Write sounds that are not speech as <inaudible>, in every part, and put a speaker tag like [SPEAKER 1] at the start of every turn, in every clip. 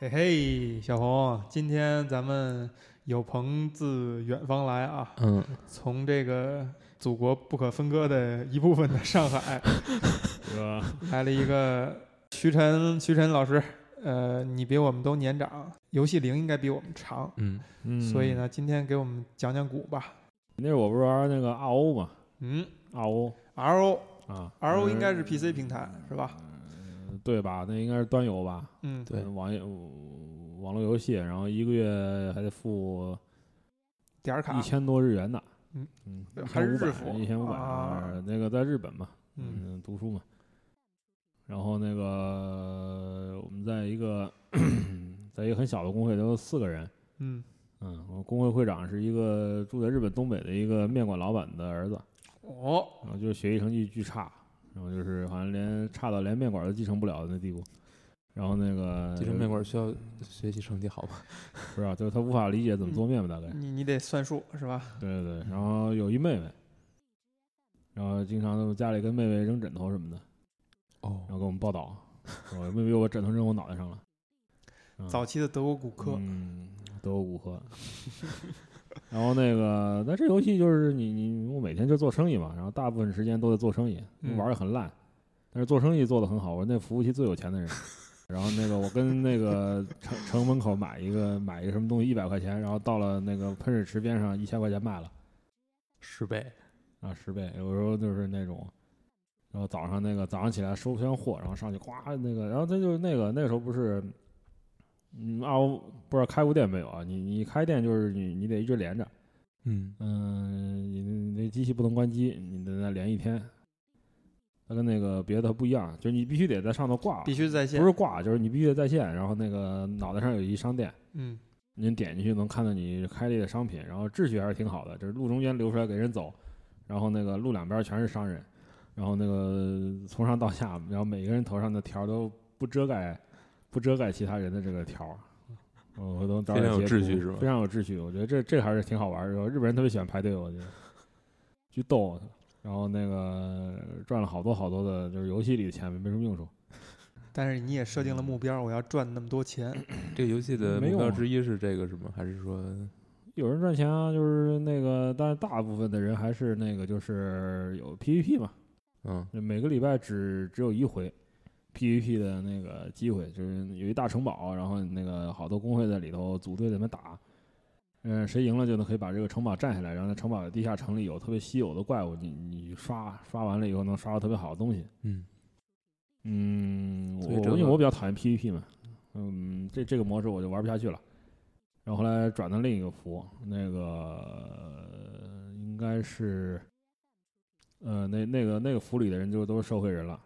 [SPEAKER 1] 嘿嘿，小红，今天咱们有朋自远方来啊，
[SPEAKER 2] 嗯，
[SPEAKER 1] 从这个祖国不可分割的一部分的上海
[SPEAKER 3] 是吧？
[SPEAKER 1] 来了一个徐晨，徐晨老师，呃，你比我们都年长，游戏龄应该比我们长，
[SPEAKER 2] 嗯，
[SPEAKER 3] 嗯，
[SPEAKER 1] 所以，呢，今天给我们讲讲股吧。
[SPEAKER 3] 那我不是玩那个 RO 嘛
[SPEAKER 1] 嗯
[SPEAKER 3] ，RO
[SPEAKER 1] ，R O
[SPEAKER 3] 啊
[SPEAKER 1] R O 应该
[SPEAKER 3] 是嗯
[SPEAKER 1] 是 P C 平台是吧？
[SPEAKER 3] 对吧？那应该是端游吧？
[SPEAKER 1] 嗯，
[SPEAKER 2] 对
[SPEAKER 3] 网页网络游戏，然后一个月还得付
[SPEAKER 1] 点儿卡
[SPEAKER 3] 一，千多日元呢。
[SPEAKER 1] 嗯
[SPEAKER 3] 嗯
[SPEAKER 1] 对，还是日服
[SPEAKER 3] 一千五百
[SPEAKER 1] 啊，
[SPEAKER 3] 那个在日本嘛，
[SPEAKER 1] 嗯，
[SPEAKER 3] 嗯，读书嘛。然后那个我们在一个 <clears throat> 在一个很小的工会，都四个人，
[SPEAKER 1] 嗯，
[SPEAKER 3] 嗯，我工会会长是一个住在日本东北的一个面馆老板的儿子，
[SPEAKER 1] 哦，
[SPEAKER 3] 然后就是学习成绩巨差，然后就是好像连差到连面馆都继承不了的那地步。然后那个
[SPEAKER 2] 继承面馆需要学习成绩好吧？
[SPEAKER 3] 不知道，就是他无法理解怎么做面吧，大
[SPEAKER 2] 嗯
[SPEAKER 3] 概。
[SPEAKER 1] 你你得算数是吧？
[SPEAKER 3] 对对对，然后有一妹妹，然后经常都家里跟妹妹扔枕头什么的，然
[SPEAKER 2] 哦，
[SPEAKER 3] 后给我们报道，我妹妹又把枕头扔我脑袋上了。嗯
[SPEAKER 1] 早期的德国骨科，
[SPEAKER 3] 嗯，都有五核。 <laughs> 然后那个，那这游戏就是你你我每天就做生意嘛，然后大部分时间都在做生意，
[SPEAKER 1] 嗯
[SPEAKER 3] 玩的很烂，但是做生意做的很好。我是那服务器最有钱的人。然后那个，我跟那个城城门口买一个买一个什么东西一百块钱，然后到了那个喷水池边上一千块钱卖了
[SPEAKER 2] 十倍，
[SPEAKER 3] 啊十倍，有时候就是那种。然后早上那个早上起来收箱货，然后上去咵那个，然后他就那个那个时候不是，嗯啊我不知道开过店没有啊？你你开店就是你你得一直连着，
[SPEAKER 2] 嗯，
[SPEAKER 3] 嗯，你你那机器不能关机，你得再连一天。它跟那个别的不一样，就是你必须得在上头挂，
[SPEAKER 1] 必须在线
[SPEAKER 3] 不，是挂，就是你必须得在线，然后那个脑袋上有一商店，
[SPEAKER 1] 嗯，
[SPEAKER 3] 您点进去能看到你开列的商品，然后秩序还是挺好的，就是路中间留出来给人走，然后那个路两边全是商人，然后那个从上到下，然后每个人头上的条都不遮盖，不遮盖其他人的这个条儿。我都
[SPEAKER 2] 非常有秩序是吧
[SPEAKER 3] 非常有秩序，我觉得这这还是挺好玩儿的。日本人特别喜欢排队，我觉得去逗他，然后那个赚了好多好多的，就是游戏里的钱，没什么用处。
[SPEAKER 1] 但是你也设定了目标，我要赚那么多钱，
[SPEAKER 3] <clears throat>
[SPEAKER 2] 这个游戏的
[SPEAKER 3] 没
[SPEAKER 2] 目
[SPEAKER 3] 用
[SPEAKER 2] 标
[SPEAKER 3] 啊嗯
[SPEAKER 2] 之一是这个是吗？还是说
[SPEAKER 3] 有人赚钱啊，就是那个，但大部分的人还是那个，就是有 PVP 嘛，
[SPEAKER 2] 嗯
[SPEAKER 3] 每个礼拜只只有一回 PVP 的那个机会，就是有一大城堡，然后那个好多工会在里头组队在那边打，嗯、谁赢了就能可以把这个城堡占下来，然后在城堡的地下城里有特别稀有的怪物，你你刷刷完了以后能刷到特别好的东西。
[SPEAKER 2] 嗯，
[SPEAKER 3] 嗯，
[SPEAKER 2] 所以
[SPEAKER 3] 我
[SPEAKER 2] 这
[SPEAKER 3] 因为
[SPEAKER 2] 个
[SPEAKER 3] 我比较讨厌 PVP 嘛，嗯，这这个模式我就玩不下去了。然后后来转到另一个服，那个、呃应该是，呃，那那个那个服里的人就都是社会人了，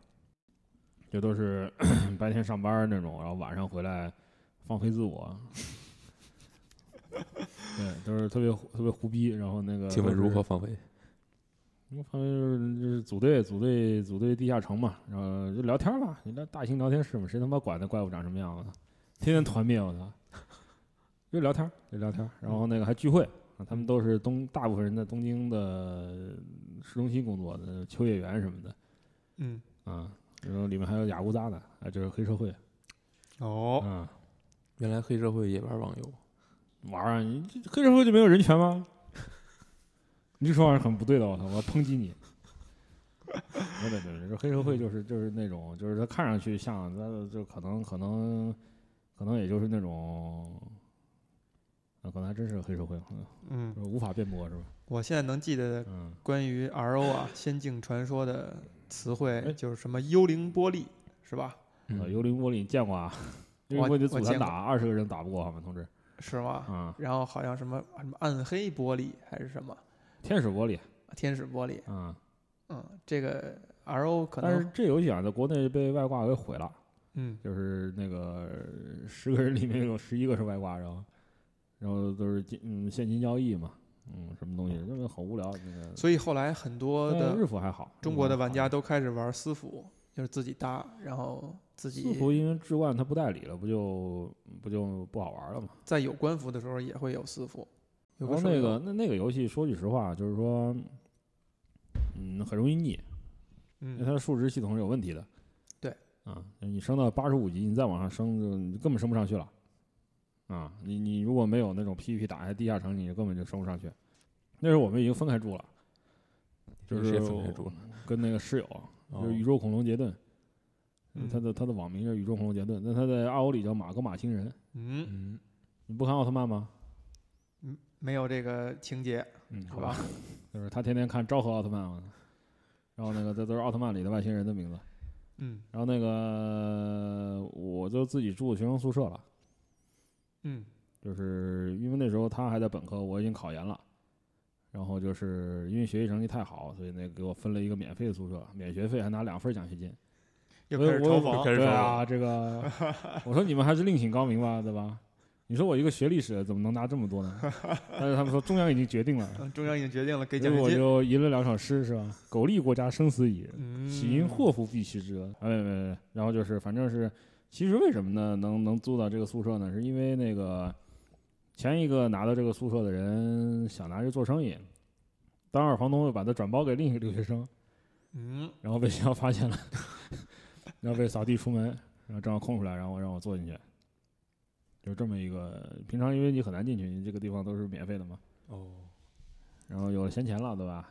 [SPEAKER 3] 就都是 <coughs> 白天上班那种，然后晚上回来放飞自我。 <laughs> 对，都是特别胡特别胡逼，然后那个
[SPEAKER 2] 请问
[SPEAKER 3] 都是
[SPEAKER 2] 如何放飞？
[SPEAKER 3] 我反正就是就是组队组队组队地下城嘛，然后就聊天吧，你聊大型聊天室嘛，谁他妈管那怪物长什么样啊？天天团灭我操！就聊天儿就聊天儿，然后那个还聚会啊，他们都是东大部分人在东京的市中心工作的秋叶原什么的
[SPEAKER 1] 嗯，
[SPEAKER 3] 啊，然后里面还有雅库扎的啊，就是黑社会
[SPEAKER 1] 哦，
[SPEAKER 3] 啊，
[SPEAKER 2] 原来黑社会也玩网游，
[SPEAKER 3] 玩儿啊，你这黑社会就没有人权吗？ <laughs> 你这说法是很不对的，哦我操！我要抨击你。 <laughs> 对对对，这黑社会就是就是那种，就是他看上去像，他就可能可能可能也就是那种，啊，可能还真是个黑社会，嗯
[SPEAKER 1] 嗯，
[SPEAKER 3] 就是无法辩驳是吧？
[SPEAKER 1] 我现在能记得
[SPEAKER 3] 嗯，
[SPEAKER 1] 关于 RO 啊《仙境传说》的词汇
[SPEAKER 3] 哎
[SPEAKER 1] 就是什么幽灵玻璃是吧？
[SPEAKER 2] 嗯
[SPEAKER 3] 啊，幽灵玻璃你见过啊？ <laughs> 幽灵玻璃得组
[SPEAKER 1] 嗯我见
[SPEAKER 3] 团
[SPEAKER 1] 过
[SPEAKER 3] 打，二十个人打不过，好吗，同志？
[SPEAKER 1] 是吗？
[SPEAKER 3] 啊，
[SPEAKER 1] 然后好像什么什么暗黑玻璃还是什么
[SPEAKER 3] 天使玻璃
[SPEAKER 1] 天使玻璃，
[SPEAKER 3] 啊，
[SPEAKER 1] 嗯，这个 RO 可
[SPEAKER 3] 但是
[SPEAKER 1] 能
[SPEAKER 3] 这游戏啊，在国内被外挂给毁了。
[SPEAKER 1] 嗯
[SPEAKER 3] 就是那个呃十个人里面有十一个是外挂，然后然后都是金嗯现金交易嘛，嗯，什么东西，那个很无聊。那个
[SPEAKER 1] 所以后来很多
[SPEAKER 3] 但
[SPEAKER 1] 的
[SPEAKER 3] 日服还好，
[SPEAKER 1] 中国的
[SPEAKER 3] 日服还
[SPEAKER 1] 玩
[SPEAKER 3] 好
[SPEAKER 1] 家都开始玩私服，就是自己搭，然后自
[SPEAKER 3] 四
[SPEAKER 1] 己
[SPEAKER 3] 服因为置换它不代理了，不就不就不好玩了嘛。
[SPEAKER 1] 在有官服的时候也会有私服。有
[SPEAKER 3] 然后
[SPEAKER 1] 手
[SPEAKER 3] 那
[SPEAKER 1] 游
[SPEAKER 3] 个那那个游戏，说句实话，就是说，嗯，很容易腻，因为它
[SPEAKER 1] 嗯
[SPEAKER 3] 的数值系统是有问题的。
[SPEAKER 1] 对，
[SPEAKER 3] 啊，你升到八十五级，你再往上升就你根本升不上去了。啊，你你如果没有那种 PVP 打下地下城，你根本就升不上去。那时候我们已经分开住了，就是
[SPEAKER 2] 谁分开住了？
[SPEAKER 3] 跟那个室友
[SPEAKER 2] 哦
[SPEAKER 3] 就是宇宙恐龙杰顿，
[SPEAKER 1] 嗯
[SPEAKER 3] 他的他的网名叫宇宙恐龙杰顿，那他在奥欧里叫马格马星人。
[SPEAKER 1] 嗯，
[SPEAKER 2] 嗯，
[SPEAKER 3] 你不看奥特曼吗？
[SPEAKER 1] 没有这个情节，
[SPEAKER 3] 嗯，
[SPEAKER 1] 好吧？
[SPEAKER 3] 就是他天天看昭和奥特曼嘛，然后那个这都是奥特曼里的外星人的名字。
[SPEAKER 1] 嗯
[SPEAKER 3] 然后那个我就自己住学生宿舍了，
[SPEAKER 1] 嗯
[SPEAKER 3] 就是因为那时候他还在本科，我已经考研了。然后就是因为学习成绩太好，所以那给我分了一个免费的宿舍，免学费还拿两份奖学金。
[SPEAKER 1] 又
[SPEAKER 3] 我
[SPEAKER 1] 开始
[SPEAKER 3] 我
[SPEAKER 1] 嘲讽
[SPEAKER 2] 开始
[SPEAKER 3] 对
[SPEAKER 2] 说
[SPEAKER 3] 啊，
[SPEAKER 1] <laughs>
[SPEAKER 3] 这个我说你们还是另请高明吧，对吧？你说我一个学历史的怎么能拿这么多呢？但是他们说中央已经决定了，
[SPEAKER 1] 嗯，中央已经决定了给
[SPEAKER 3] 结
[SPEAKER 1] 奖
[SPEAKER 3] 果
[SPEAKER 1] 学
[SPEAKER 3] 我
[SPEAKER 1] 金。
[SPEAKER 3] 就吟了两首诗，是吧？苟利国家生死以，
[SPEAKER 1] 嗯，
[SPEAKER 3] 岂因祸福避其之恩？啊，没没没，然后就是反正是，其实为什么呢？能能租到这个宿舍呢？是因为那个前一个拿到这个宿舍的人想拿这做生意，当二房东又把他转包给另一个留学生，
[SPEAKER 1] 嗯，
[SPEAKER 3] 然后被学校发现了，然后被扫地出门，然后正好空出来，然后让我坐进去，就这么一个。平常因为你很难进去，你这个地方都是免费的嘛。
[SPEAKER 2] 哦，
[SPEAKER 3] 然后有了闲钱了，对吧？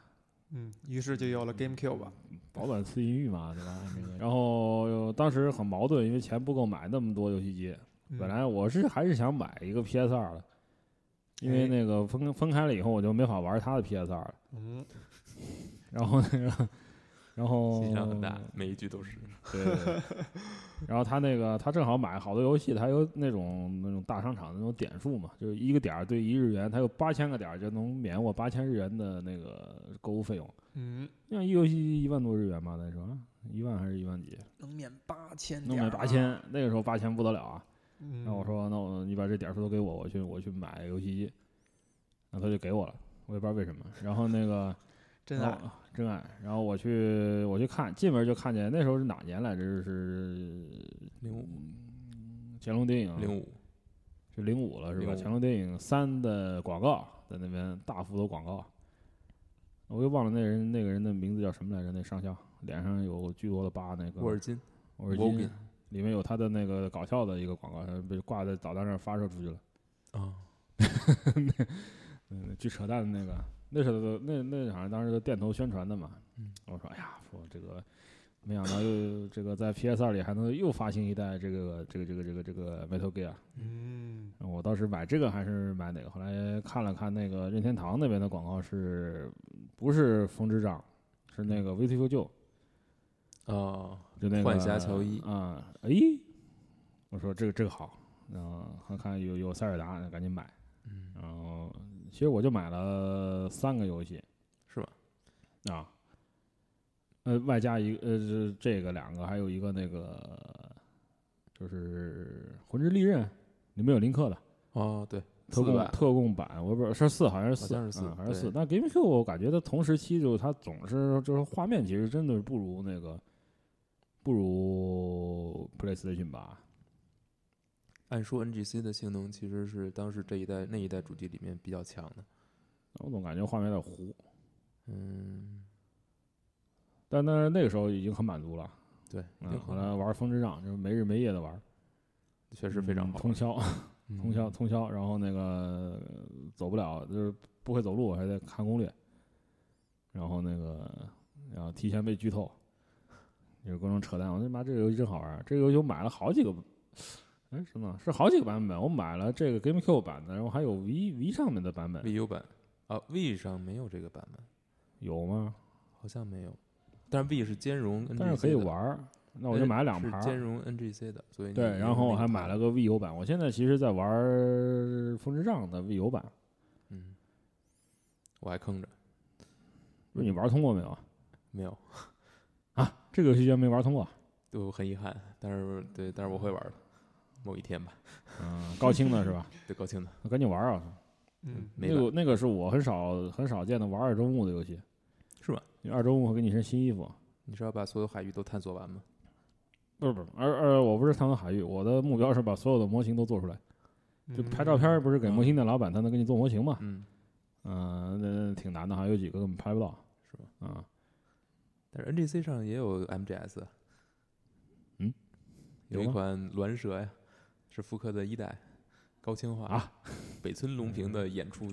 [SPEAKER 1] 嗯，于是就有了 GameCube 吧。
[SPEAKER 3] 保暖思淫欲嘛，对吧？这个然后呃当时很矛盾，因为钱不够买那么多游戏机。
[SPEAKER 1] 嗯
[SPEAKER 3] 本来我是还是想买一个 PS 二的，因为
[SPEAKER 1] 哎
[SPEAKER 3] 那个分分开了以后，我就没法玩他的 PS 二了。
[SPEAKER 1] 嗯
[SPEAKER 3] 然后那个，然后
[SPEAKER 2] 心量很大，
[SPEAKER 3] 哦
[SPEAKER 2] 每一句都是。
[SPEAKER 3] 对对对。然后他那个，他正好买好多游戏，他有那种那种大商场的那种点数嘛，就是一个点儿对一日元，他有八千个点儿就能免我八千日元的那个购物费用。
[SPEAKER 1] 嗯，
[SPEAKER 3] 像一游戏一万多日元吧，那时候一万还是一万几，
[SPEAKER 1] 能免八千，啊
[SPEAKER 3] 能买八。千，那个时候八千不得了啊。
[SPEAKER 1] 嗯，
[SPEAKER 3] 然后我说，那我你把这点数都给我，我去我去买游戏机，然后他就给我了，我也不知道为什么。然后那个
[SPEAKER 1] <laughs> 真啊
[SPEAKER 3] 然
[SPEAKER 1] 爱
[SPEAKER 3] 后，真爱。然后我去我去看，进门就看见那时候是哪年来着？就是
[SPEAKER 2] 零五
[SPEAKER 3] 乾隆电影
[SPEAKER 2] 零五，
[SPEAKER 3] 是零五了是吧？
[SPEAKER 2] 05
[SPEAKER 3] 乾隆电影三的广告在那边大幅度广告，我又忘了那人那个人的名字叫什么来着？那上校脸上有巨多的疤，那个
[SPEAKER 2] 沃尔金，
[SPEAKER 3] 嗯沃尔
[SPEAKER 2] 沃根
[SPEAKER 3] 金，里面有他的那个搞笑的一个广告，他被挂在导弹上发射出去了，
[SPEAKER 2] 啊，
[SPEAKER 3] 嗯，巨扯淡的那个，那是那那好像当时电头宣传的嘛，
[SPEAKER 2] 嗯，
[SPEAKER 3] 我说哎呀，说这个没想到又这个在 PS 二里还能又发行一代这个这个这个这个这个 Metal Gear，
[SPEAKER 1] 嗯
[SPEAKER 3] 我当时买这个还是买哪个？后来看了看那个任天堂那边的广告是，不是风之杖，是那个 VT 旧，
[SPEAKER 2] 哦，
[SPEAKER 3] 就那个
[SPEAKER 2] 幻侠乔伊
[SPEAKER 3] 啊、哎，我说这个这个好，然后看看有有塞尔达，赶紧买。
[SPEAKER 2] 嗯，
[SPEAKER 3] 然后其实我就买了三个游戏
[SPEAKER 2] 是吧？
[SPEAKER 3] 啊，呃，外加一个呃这这个两个，还有一个那个就是《魂之利刃》，里面有林克的。
[SPEAKER 2] 哦，对，
[SPEAKER 3] 特
[SPEAKER 2] 四
[SPEAKER 3] 供
[SPEAKER 2] 吧
[SPEAKER 3] 特供版，我不知道是四好像是四，
[SPEAKER 2] 好像是四
[SPEAKER 3] 嗯好像是
[SPEAKER 2] 对。
[SPEAKER 3] 四但 GameCube 我感觉它同时期就是它总是就是画面其实真的是不如那个不如 PlayStation 吧，
[SPEAKER 2] 按说 NGC 的性能其实是当时这一代那一代主机里面比较强的。
[SPEAKER 3] 我总感觉画面有点糊。
[SPEAKER 2] 嗯，
[SPEAKER 3] 但那那个时候已经很满足了，
[SPEAKER 2] 对，
[SPEAKER 3] 嗯，后
[SPEAKER 2] 了，
[SPEAKER 3] 来玩《风之杖》就是没日没夜的玩，
[SPEAKER 2] 确实非常
[SPEAKER 3] 嗯
[SPEAKER 2] 好
[SPEAKER 3] 通
[SPEAKER 2] 玩，
[SPEAKER 3] 宵
[SPEAKER 2] 嗯
[SPEAKER 3] 通宵通宵，然后那个走不了，就是不会走路，还得看攻略，然后那个然后提前被剧透，有各种扯淡。我他妈这个游戏真好玩儿，这个游戏我买了好几个，哎什么是好几个版本？我买了这个 GameCube 版的，然后还有 V V 上面的版本，
[SPEAKER 2] ，VU 版啊，V 上没有这个版本，
[SPEAKER 3] 有吗？
[SPEAKER 2] 好像没有，但是 V 是兼容 NGC 的，
[SPEAKER 3] 但是可以玩儿，那我就买了两盘
[SPEAKER 2] 哎是兼
[SPEAKER 3] 儿。
[SPEAKER 2] 容 NGC 的，所以你
[SPEAKER 3] 对，
[SPEAKER 2] 你
[SPEAKER 3] 然后我还
[SPEAKER 2] 用
[SPEAKER 3] 买了个 VU 版，我现在其实在玩儿《风之杖》的 VU 版。
[SPEAKER 2] 嗯，我还坑着，
[SPEAKER 3] 就是你玩儿通过没有啊？
[SPEAKER 2] 没有，
[SPEAKER 3] 啊，这个游戏居然没玩通过，
[SPEAKER 2] 对我很遗憾，但是对，但是我会玩的，某一天吧，
[SPEAKER 3] 嗯，高清的是吧？
[SPEAKER 2] 对，高清的，
[SPEAKER 3] 那赶紧玩儿啊！
[SPEAKER 1] 嗯，
[SPEAKER 2] 没
[SPEAKER 3] 那
[SPEAKER 2] 版
[SPEAKER 3] 个那个是我很少很少见的玩二周目的游戏，
[SPEAKER 2] 是吧？
[SPEAKER 3] 因为二周目会给你一身新衣服，
[SPEAKER 2] 你是要把所有海域都探索完吗？
[SPEAKER 3] 不是不是，而而我不是探索海域，我的目标是把所有的模型都做出来。
[SPEAKER 1] 嗯
[SPEAKER 3] 就拍照片儿不是给模型店老板，他能给你做模型嘛？
[SPEAKER 2] 嗯，
[SPEAKER 3] 嗯，那那挺难的哈，有几个根本拍不到。
[SPEAKER 2] 是吧？
[SPEAKER 3] 啊，
[SPEAKER 2] 但是 NGC 上也有 MGS，
[SPEAKER 3] 嗯，
[SPEAKER 2] 有一
[SPEAKER 3] 有吗
[SPEAKER 2] 款蓝蛇呀，是复刻的一代，高清化
[SPEAKER 3] 啊，
[SPEAKER 2] <laughs>
[SPEAKER 3] 嗯
[SPEAKER 2] 北村隆平的演出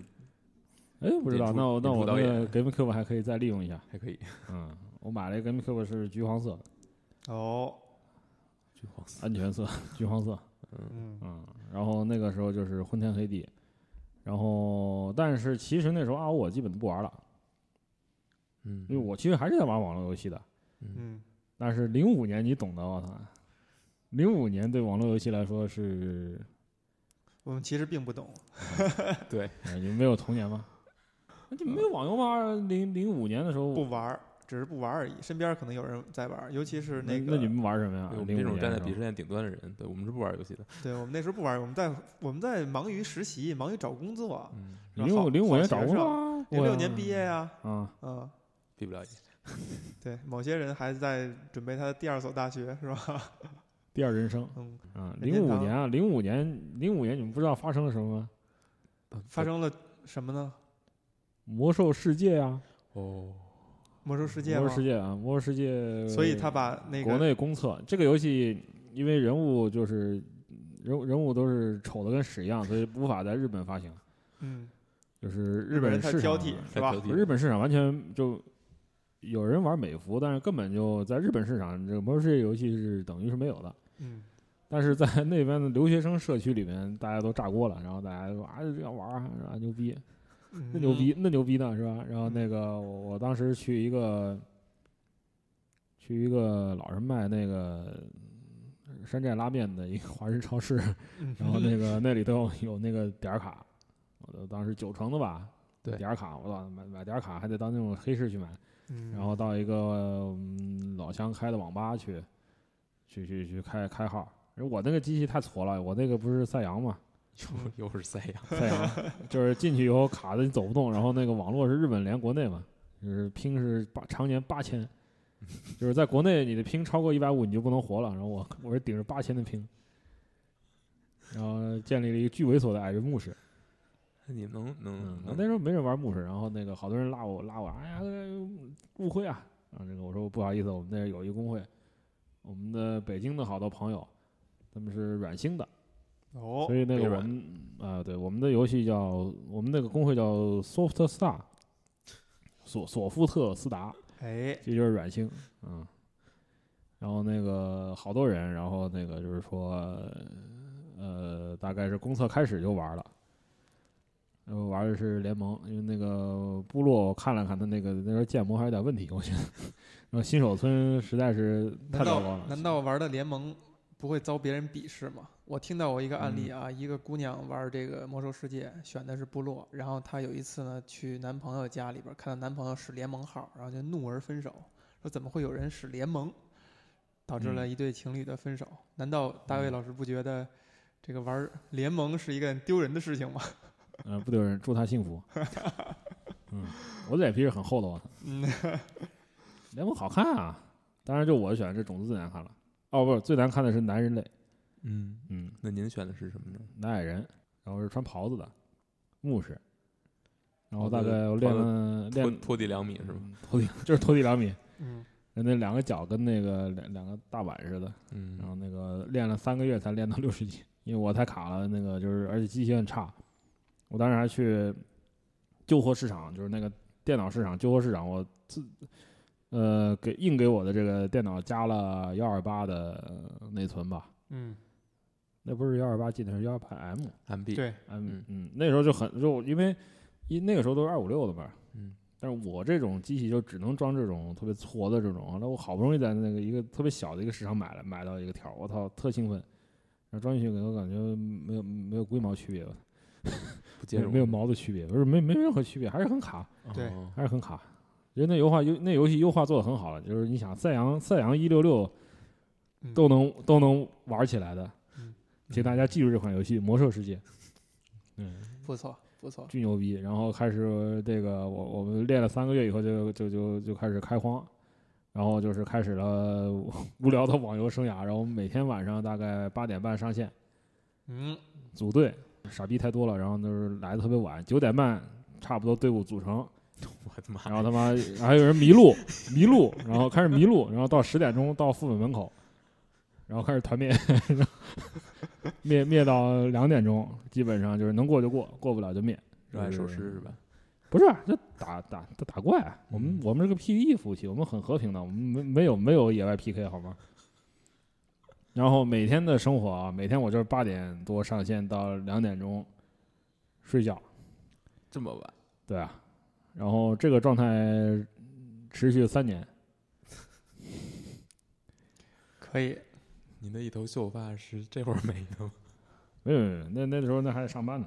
[SPEAKER 3] 哎，不知道，
[SPEAKER 2] 演出
[SPEAKER 3] 那我那
[SPEAKER 2] 演
[SPEAKER 3] 我
[SPEAKER 2] 出导
[SPEAKER 3] 那
[SPEAKER 2] 演
[SPEAKER 3] 个 GameCube 还可以再利用一下。
[SPEAKER 2] 还可以，
[SPEAKER 3] 嗯，我买了一个 GameCube 是橘黄色，
[SPEAKER 1] 哦，
[SPEAKER 2] 巨黄色，
[SPEAKER 3] 安全色，橘黄色。
[SPEAKER 1] 嗯
[SPEAKER 3] 嗯，然后那个时候就是昏天黑地，然后但是其实那时候啊，我基本都不玩了，
[SPEAKER 2] 嗯，
[SPEAKER 3] 因为我其实还是在玩网络游戏的。
[SPEAKER 2] 嗯
[SPEAKER 1] 嗯，
[SPEAKER 3] 但是零五年你懂的，我操，零五年对网络游戏来说是
[SPEAKER 1] 我们其实并不懂，
[SPEAKER 2] 对，
[SPEAKER 3] 呃你们没有童年吗？那就没有网游吗？零零五年的时候
[SPEAKER 1] 不玩儿，只是不玩儿而已。身边可能有人在玩儿，尤其是
[SPEAKER 3] 那
[SPEAKER 1] 个，
[SPEAKER 3] 你们玩什么呀？
[SPEAKER 2] 我们
[SPEAKER 3] 05
[SPEAKER 2] 这种
[SPEAKER 3] 年
[SPEAKER 2] 站
[SPEAKER 3] 的
[SPEAKER 2] 在
[SPEAKER 3] 时候
[SPEAKER 2] 鄙视链顶端的人，对我们是不玩游戏的，
[SPEAKER 1] 对我们那时候不玩儿，我们在我们在忙于实习，忙于找工作。
[SPEAKER 2] 嗯，
[SPEAKER 1] 是吧
[SPEAKER 3] 零
[SPEAKER 1] 好
[SPEAKER 3] 五零五
[SPEAKER 1] 好
[SPEAKER 3] 年
[SPEAKER 1] 学
[SPEAKER 3] 找工
[SPEAKER 1] 生
[SPEAKER 3] 作啊，
[SPEAKER 1] 零
[SPEAKER 3] 我
[SPEAKER 1] 六年毕业呀、
[SPEAKER 3] 啊，
[SPEAKER 1] 啊，嗯，
[SPEAKER 2] 毕不了业，
[SPEAKER 1] 对，某些人还在准备他的第二所大学，是吧？ <laughs>
[SPEAKER 3] 第二人生
[SPEAKER 1] 嗯，
[SPEAKER 3] 啊，
[SPEAKER 1] 任
[SPEAKER 3] 零
[SPEAKER 1] 天
[SPEAKER 3] 五
[SPEAKER 1] 堂
[SPEAKER 3] 年啊，零五年零五年你们不知道发生了什么吗？
[SPEAKER 1] 发生了什么呢？
[SPEAKER 3] 魔兽世界啊，
[SPEAKER 2] 哦，
[SPEAKER 1] 魔兽世界
[SPEAKER 3] 魔
[SPEAKER 1] 吗
[SPEAKER 3] 兽？世界啊，魔兽世界，
[SPEAKER 1] 所以他把那
[SPEAKER 3] 国
[SPEAKER 1] 个
[SPEAKER 3] 内公测这个游戏，因为人物就是人人物都是丑的跟屎一样，所以无法在日本发行。
[SPEAKER 1] 嗯，
[SPEAKER 3] 就是
[SPEAKER 1] 日本人太
[SPEAKER 3] 市
[SPEAKER 1] 挑
[SPEAKER 3] 场
[SPEAKER 1] 剔
[SPEAKER 3] 啊
[SPEAKER 1] 是吧
[SPEAKER 2] 太挑剔？
[SPEAKER 3] 日本市场完全就有人玩美服，但是根本就在日本市场，这个魔兽世界游戏是等于是没有的。
[SPEAKER 1] 嗯，
[SPEAKER 3] 但是在那边的留学生社区里面，大家都炸锅了，然后大家说啊这样玩啊啊牛逼，那
[SPEAKER 1] 那
[SPEAKER 3] 牛逼，那牛逼呢是吧？然后
[SPEAKER 1] 嗯
[SPEAKER 3] 那个我我当时去一个去一个老是卖那个山寨拉面的一个华人超市，
[SPEAKER 1] 嗯，
[SPEAKER 3] 然后
[SPEAKER 1] <laughs>
[SPEAKER 3] 那个那里头有那个点儿卡，我都当时九成的吧，
[SPEAKER 2] 对
[SPEAKER 3] 点儿卡，我操买买点儿卡还得到那种黑市去买，
[SPEAKER 1] 嗯，
[SPEAKER 3] 然后到一个、嗯、老乡开的网吧去，去去去开开号。我那个机器太矬了，我那个不是赛扬嘛，
[SPEAKER 1] 嗯
[SPEAKER 2] 又又是三样，
[SPEAKER 3] 赛扬 <laughs> 就是进去以后卡的你走不动，然后那个网络是日本连国内嘛，就是拼是八常年八 <laughs> 千，就是在国内你的拼超过一百五你就不能活了，然后我我是顶着八千的拼，然后建立了一个巨猥琐的矮人牧师，
[SPEAKER 2] 那你能能，
[SPEAKER 3] 嗯那
[SPEAKER 2] 能
[SPEAKER 3] 时候没人玩牧师，然后那个好多人拉我拉我，哎呀，误会啊，然后这个我说不好意思，我们那儿有一个工会，我们的北京的好多朋友，他们是软星的，
[SPEAKER 1] 哦
[SPEAKER 3] 所，以那
[SPEAKER 2] 微
[SPEAKER 3] 个我
[SPEAKER 2] 软
[SPEAKER 3] 们啊、对我们的游戏叫我们那个工会叫 Soft Star，索索夫特斯达，
[SPEAKER 1] 哎，
[SPEAKER 3] 这就是软星，嗯。然后那个好多人，然后那个就是说，呃，大概是公测开始就玩了，然后玩的是联盟，因为那个部落我看了看，他那个那时候建模还有点问题，我觉得。然后新手村实在是太
[SPEAKER 1] 难
[SPEAKER 3] 糟
[SPEAKER 1] 道
[SPEAKER 3] 糕了，
[SPEAKER 1] 难道玩的联盟不会遭别人鄙视吗？我听到过一个案例啊，一个姑娘玩这个魔兽世界，选的是部落，然后她有一次呢去男朋友家里边，看到男朋友使联盟号，然后就怒而分手，说怎么会有人使联盟，导致了一对情侣的分手。难道大卫老师不觉得这个玩联盟是一个很丢人的事情吗？
[SPEAKER 3] 嗯，不丢人，祝他幸福。嗯，我的脸皮是很厚的，啊我操
[SPEAKER 1] <laughs> 嗯， <laughs>
[SPEAKER 3] 联盟好看啊。当然，就我选的这种子最难看了。哦，不是，最难看的是男人类，
[SPEAKER 2] 嗯，
[SPEAKER 3] 嗯，
[SPEAKER 2] 那您选的是什么呢？
[SPEAKER 3] 男矮人，然后是穿袍子的牧师，然后
[SPEAKER 2] 袍
[SPEAKER 3] 大
[SPEAKER 2] 子
[SPEAKER 3] 概我
[SPEAKER 2] 哦袍
[SPEAKER 3] 练
[SPEAKER 2] 子
[SPEAKER 3] 了
[SPEAKER 2] 拖
[SPEAKER 3] 练
[SPEAKER 2] 拖地两米是吗？
[SPEAKER 3] 嗯拖地就是拖地两米，
[SPEAKER 1] 嗯，
[SPEAKER 3] 那两个脚跟那个两两个大碗似的，然
[SPEAKER 2] 嗯，
[SPEAKER 3] 后那个练了三个月才练到六十级， <laughs> 因为我太卡了，那个就是而且机器很差。我当时还去旧货市场，就是那个电脑市场旧货市场，我自呃给硬给我的这个电脑加了幺二八的内存吧，
[SPEAKER 1] 嗯，
[SPEAKER 3] 那不是幺二八 G 的，是幺二八 M。
[SPEAKER 2] m b
[SPEAKER 1] 对，
[SPEAKER 3] 嗯
[SPEAKER 2] 嗯
[SPEAKER 3] 嗯，那时候就很就因为因那个时候都是二五六的嘛，
[SPEAKER 2] 嗯，
[SPEAKER 3] 但是我这种机器就只能装这种特别矬的这种，那我好不容易在那个一个特别小的一个市场买了买到一个条儿，我操，特兴奋，然后装进去给我感觉没有没有龟毛区别吧，
[SPEAKER 2] 不接
[SPEAKER 3] 没有
[SPEAKER 2] 着
[SPEAKER 3] 没有毛的区别，不是没没任何区别，还是很卡，
[SPEAKER 1] 对
[SPEAKER 2] 哦
[SPEAKER 3] 还是很卡。因为那优化优那游戏优化做的很好了，就是你想赛扬赛扬一六六
[SPEAKER 1] 嗯
[SPEAKER 3] 都能都能玩起来的
[SPEAKER 1] 嗯，
[SPEAKER 3] 请大家记住这款游戏《魔兽世界》。嗯，
[SPEAKER 1] 不错，不错，
[SPEAKER 3] 巨牛逼。然后开始这个我我们练了三个月以后就，就就就就开始开荒，然后就是开始了无 <laughs> 无聊的网游生涯。然后每天晚上大概八点半上线
[SPEAKER 1] 嗯，
[SPEAKER 3] 组队，傻逼太多了，然后就是来的特别晚，九点半差不多队伍组成，
[SPEAKER 2] <laughs> 我的妈
[SPEAKER 3] 然
[SPEAKER 2] 呀，
[SPEAKER 3] 后他妈还有人迷路迷路，然后开始迷路，然后到十点钟到副本门口，然后开始团灭， <laughs> 灭灭到两点钟，基本上就是能过就过，过不了就灭。
[SPEAKER 2] 热爱
[SPEAKER 3] 就
[SPEAKER 2] 守
[SPEAKER 3] 是
[SPEAKER 2] 时是吧？
[SPEAKER 3] 不是，这打打打打怪，啊我们
[SPEAKER 2] 嗯
[SPEAKER 3] 我们是个 PVE 服务器，我们很和平的，我们没没有没有野外 PK 好吗？然后每天的生活啊，每天我就是八点多上线到两点钟睡觉，
[SPEAKER 2] 这么晚，
[SPEAKER 3] 对啊，然后这个状态持续三年，
[SPEAKER 1] 可以，
[SPEAKER 2] 你那一头秀发是这会儿没的吗？
[SPEAKER 3] 没有没有没有，那那时候那还得上班呢。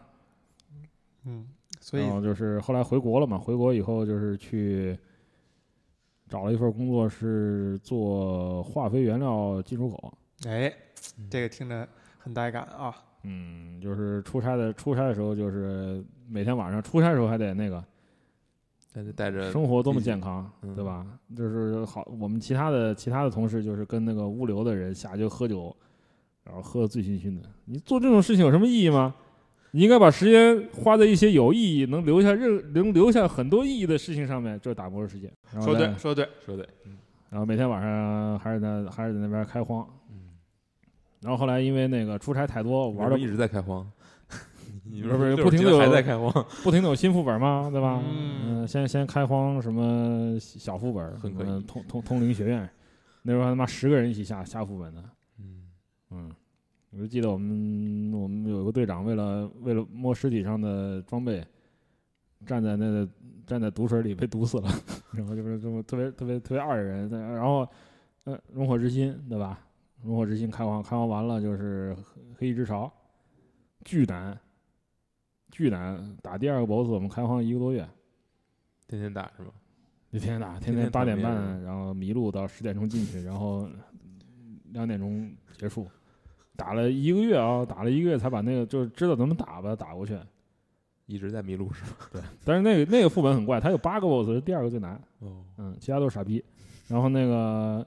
[SPEAKER 1] 嗯，所以
[SPEAKER 3] 然后就是后来回国了嘛，回国以后就是去找了一份工作，是做化肥原料进出口。
[SPEAKER 1] 哎，这个听着很带感啊，
[SPEAKER 3] 嗯，就是出差的出差的时候，就是每天晚上出差的时候还得那个
[SPEAKER 2] 但是带着
[SPEAKER 3] 生活多么健康，
[SPEAKER 2] 呃嗯
[SPEAKER 3] 对吧？就是好，我们其他的其他的同事就是跟那个物流的人下去喝酒，然后喝得醉醺醺的。你做这种事情有什么意义吗？你应该把时间花在一些有意义、能留下任、能留下很多意义的事情上面。这是打磨的时间。然后
[SPEAKER 1] 说
[SPEAKER 3] 在
[SPEAKER 1] 对说对，
[SPEAKER 2] 说对，嗯
[SPEAKER 3] 然后每天晚上还是在还是在那边开荒。
[SPEAKER 2] 嗯，
[SPEAKER 3] 然后后来因为那个出差太多，玩的
[SPEAKER 2] 一直在开荒， <laughs> 你
[SPEAKER 3] 不是
[SPEAKER 2] 这会儿
[SPEAKER 3] 不停地有
[SPEAKER 2] 还在开荒，
[SPEAKER 3] 不停的有新副本嘛，对吧？
[SPEAKER 1] 嗯
[SPEAKER 3] 嗯，先先开荒什么小副本，
[SPEAKER 2] 很可
[SPEAKER 3] 什么
[SPEAKER 2] 以
[SPEAKER 3] 通通通灵学院，那时候他妈十个人一起下下副本呢。
[SPEAKER 2] <laughs> 嗯，
[SPEAKER 3] 嗯，我就记得我们我们有个队长为了为了摸尸体上的装备，站在那个站在毒水里被毒死了， <laughs> 然后就是这么特别特别特别二的人，然后呃熔火之心对吧？熔火之心开荒开荒完了就是黑翼之潮，巨难巨难打第二个 BOSS，我们开荒一个多月。
[SPEAKER 2] 天天打是吗？
[SPEAKER 3] 就天天打，
[SPEAKER 2] 天
[SPEAKER 3] 天
[SPEAKER 2] 天团
[SPEAKER 3] 八点
[SPEAKER 2] 灭
[SPEAKER 3] 半，然后迷路到十点钟进去，然后两点钟结束，打了一个月啊，打了一个月才把那个就是知道怎么打吧打过去。
[SPEAKER 2] 一直在迷路是吗？
[SPEAKER 3] 但是那个那个副本很怪，它有八个 BOSS，是第二个最难，
[SPEAKER 2] 哦，
[SPEAKER 3] 嗯，其他都是傻逼。然后那个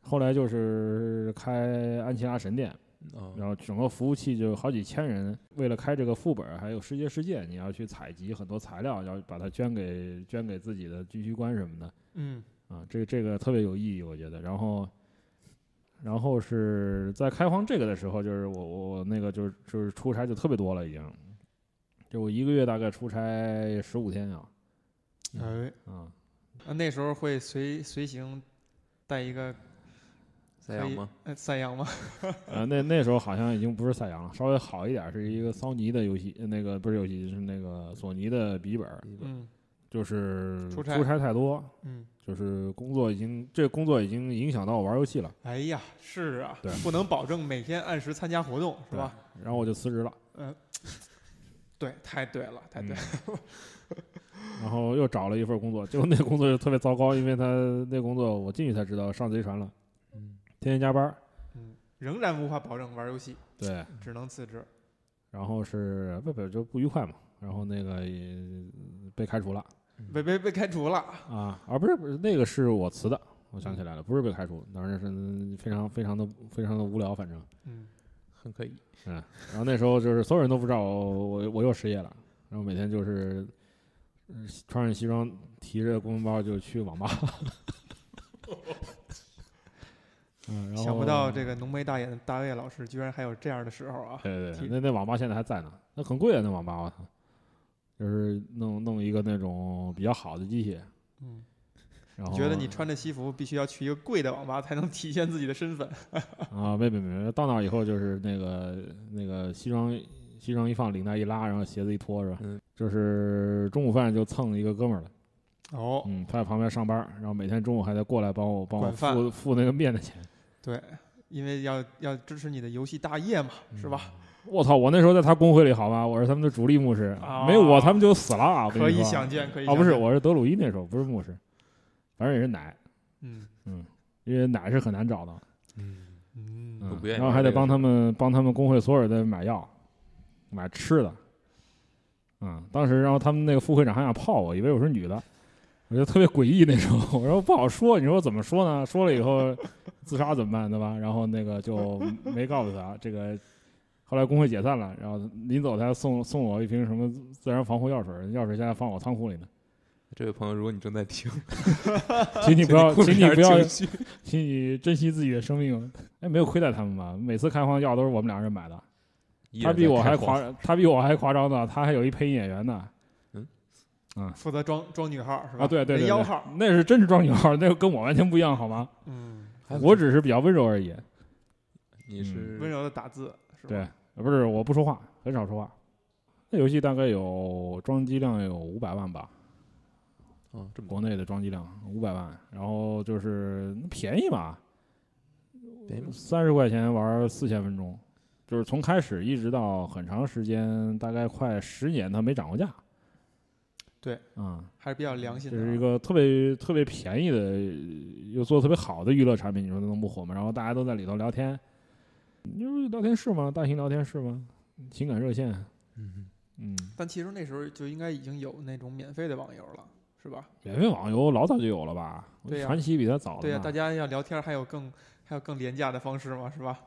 [SPEAKER 3] 后来就是开安琪拉神殿，
[SPEAKER 2] 哦，
[SPEAKER 3] 然后整个服务器就好几千人，为了开这个副本儿，还有世界世界，你要去采集很多材料，要把它捐给捐给自己的军需官什么的。
[SPEAKER 1] 嗯，
[SPEAKER 3] 啊，这个这个特别有意义，我觉得。然后，然后是在开荒这个的时候，就是我我我那个就是就是出差就特别多了，已经，就我一个月大概出差十五天啊，
[SPEAKER 1] 哎，
[SPEAKER 3] 啊，
[SPEAKER 1] 啊那时候会随随行带一个
[SPEAKER 2] 在养吗？
[SPEAKER 1] 呃散养吗？
[SPEAKER 3] 呃，那那时候好像已经不是赛扬了，稍微好一点，是一个桑尼的游戏，呃那个不是游戏，是那个索尼的笔记本儿，
[SPEAKER 1] 嗯
[SPEAKER 3] 就是
[SPEAKER 1] 出差
[SPEAKER 3] 出差太多，
[SPEAKER 1] 嗯，
[SPEAKER 3] 就是工作已经这工作已经影响到我玩游戏了，
[SPEAKER 1] 哎呀，是啊
[SPEAKER 3] 对，
[SPEAKER 1] 不能保证每天按时参加活动是吧？
[SPEAKER 3] 然后我就辞职了。
[SPEAKER 1] 嗯，对，太对了，太对了，
[SPEAKER 3] 然后又找了一份工作，结果那个工作就特别糟糕，因为他那工作我进去才知道上贼船了，
[SPEAKER 2] 嗯，
[SPEAKER 3] 天天加班儿。
[SPEAKER 1] 嗯，仍然无法保证玩游戏，
[SPEAKER 3] 对，
[SPEAKER 1] 只能辞职。
[SPEAKER 3] 然后是不不就不愉快嘛，然后那个也被开除了
[SPEAKER 1] 被被被开除了，
[SPEAKER 3] 啊啊不是不是那个是我辞的，我想起来了，不是被开除，当时是非常非常的非常的无聊，反正
[SPEAKER 1] 嗯，
[SPEAKER 2] 很可以，
[SPEAKER 3] 嗯，然后那时候就是所有人都不知道我我我又失业了，然后每天就是嗯穿着西装提着公文包就去网吧。 <laughs> 嗯，然后
[SPEAKER 1] 想不到这个浓眉大眼的大卫老师居然还有这样的时候啊！
[SPEAKER 3] 对对
[SPEAKER 1] 提
[SPEAKER 3] 对，那那网吧现在还在呢，那很贵啊，那网吧我操，就是弄弄一个那种比较好的机器，
[SPEAKER 1] 嗯，
[SPEAKER 3] 然后
[SPEAKER 1] 觉得你穿着西服必须要去一个贵的网吧才能体现自己的身份。
[SPEAKER 3] 啊，没没没，到那儿以后就是那个那个西装西装一放，领带一拉，然后鞋子一脱是吧？
[SPEAKER 2] 嗯
[SPEAKER 3] 就是中午饭就蹭一个哥们儿了，
[SPEAKER 1] 哦，
[SPEAKER 3] 嗯，他在旁边上班，然后每天中午还得过来帮我帮我
[SPEAKER 1] 管饭
[SPEAKER 3] 付付那个面的钱。
[SPEAKER 1] 对，因为要要支持你的游戏大业嘛，
[SPEAKER 3] 嗯
[SPEAKER 1] 是吧？
[SPEAKER 3] 我操！我那时候在他工会里，好吧，我是他们的主力牧师，没有我
[SPEAKER 1] 啊
[SPEAKER 3] 他们就死了。我跟你
[SPEAKER 1] 可以
[SPEAKER 3] 说
[SPEAKER 1] 想见，可以
[SPEAKER 3] 啊，不是，
[SPEAKER 1] 想见
[SPEAKER 3] 我是德鲁伊那时候不是牧师，反正也是奶，
[SPEAKER 1] 嗯
[SPEAKER 3] 因为奶是很难找的，
[SPEAKER 2] 嗯，
[SPEAKER 1] 嗯
[SPEAKER 2] 都
[SPEAKER 3] 嗯
[SPEAKER 2] 不愿意
[SPEAKER 3] 然后
[SPEAKER 2] 玩
[SPEAKER 3] 还得
[SPEAKER 2] 这个
[SPEAKER 3] 帮
[SPEAKER 2] 事
[SPEAKER 3] 他们帮他们工会所有人在买药、买吃的，嗯，当时然后他们那个副会长还想泡我，以为我是女的，我觉得特别诡异那时候， <laughs> 我说不好说，你说我怎么说呢？说了以后自杀怎么办，对吧？然后那个就没告诉他这个。后来工会解散了，然后临走他送送我一瓶什么自然防护药水，药水现在放我仓库
[SPEAKER 2] <laughs>
[SPEAKER 3] 里呢。
[SPEAKER 2] 这位朋友，如果你正在听，
[SPEAKER 3] 请你
[SPEAKER 2] <laughs>
[SPEAKER 3] 不要，
[SPEAKER 2] 控制
[SPEAKER 3] 请
[SPEAKER 2] 一
[SPEAKER 3] 你
[SPEAKER 2] 下
[SPEAKER 3] 不要
[SPEAKER 2] 情绪
[SPEAKER 3] 请你珍惜自己的生命。哎，没有亏待他们吧？每次开荒药都是我们俩人买的，
[SPEAKER 2] 依
[SPEAKER 3] 他
[SPEAKER 2] 然
[SPEAKER 3] 比
[SPEAKER 2] 在
[SPEAKER 3] 我
[SPEAKER 2] 开
[SPEAKER 3] 还
[SPEAKER 2] 荒
[SPEAKER 3] 夸，他比我还夸张呢，他还有一配音演员呢。
[SPEAKER 1] 负责装装女号是吧？
[SPEAKER 3] 啊，对对对，
[SPEAKER 1] 人
[SPEAKER 3] 对
[SPEAKER 1] 妖号，
[SPEAKER 3] 那是真是装女号，那个跟我完全不一样，好吗？
[SPEAKER 1] 嗯，
[SPEAKER 2] 还有
[SPEAKER 3] 我
[SPEAKER 2] 就
[SPEAKER 3] 只是比较温柔而已。
[SPEAKER 2] 你是
[SPEAKER 3] 嗯
[SPEAKER 1] 温柔的打字是吧？
[SPEAKER 3] 对，呃不是我不说话，很少说话。那游戏大概有装机量有五百万吧，
[SPEAKER 2] 啊，这么
[SPEAKER 3] 国内的装机量五百万，然后就是便宜嘛，
[SPEAKER 2] 便宜吗？
[SPEAKER 3] 三十块钱玩四千分钟，就是从开始一直到很长时间，大概快十年，它没涨过价。
[SPEAKER 1] 对，
[SPEAKER 3] 嗯，
[SPEAKER 1] 还是比较良
[SPEAKER 3] 这
[SPEAKER 1] 心的啊。
[SPEAKER 3] 是一个特别特别便宜的，又做得特别好的娱乐产品，你说它能不火吗？然后大家都在里头聊天，你说聊天室吗？大型聊天室吗？情感热线，
[SPEAKER 2] 嗯，
[SPEAKER 3] 嗯，
[SPEAKER 1] 但其实那时候就应该已经有那种免费的网游了，是吧？
[SPEAKER 3] 免费网游老早就有了吧？
[SPEAKER 1] 对呀
[SPEAKER 3] 传奇比它早
[SPEAKER 1] 对呀、
[SPEAKER 3] 呀、
[SPEAKER 1] 大家要聊天还有更还有更廉价的方式嘛，是吧？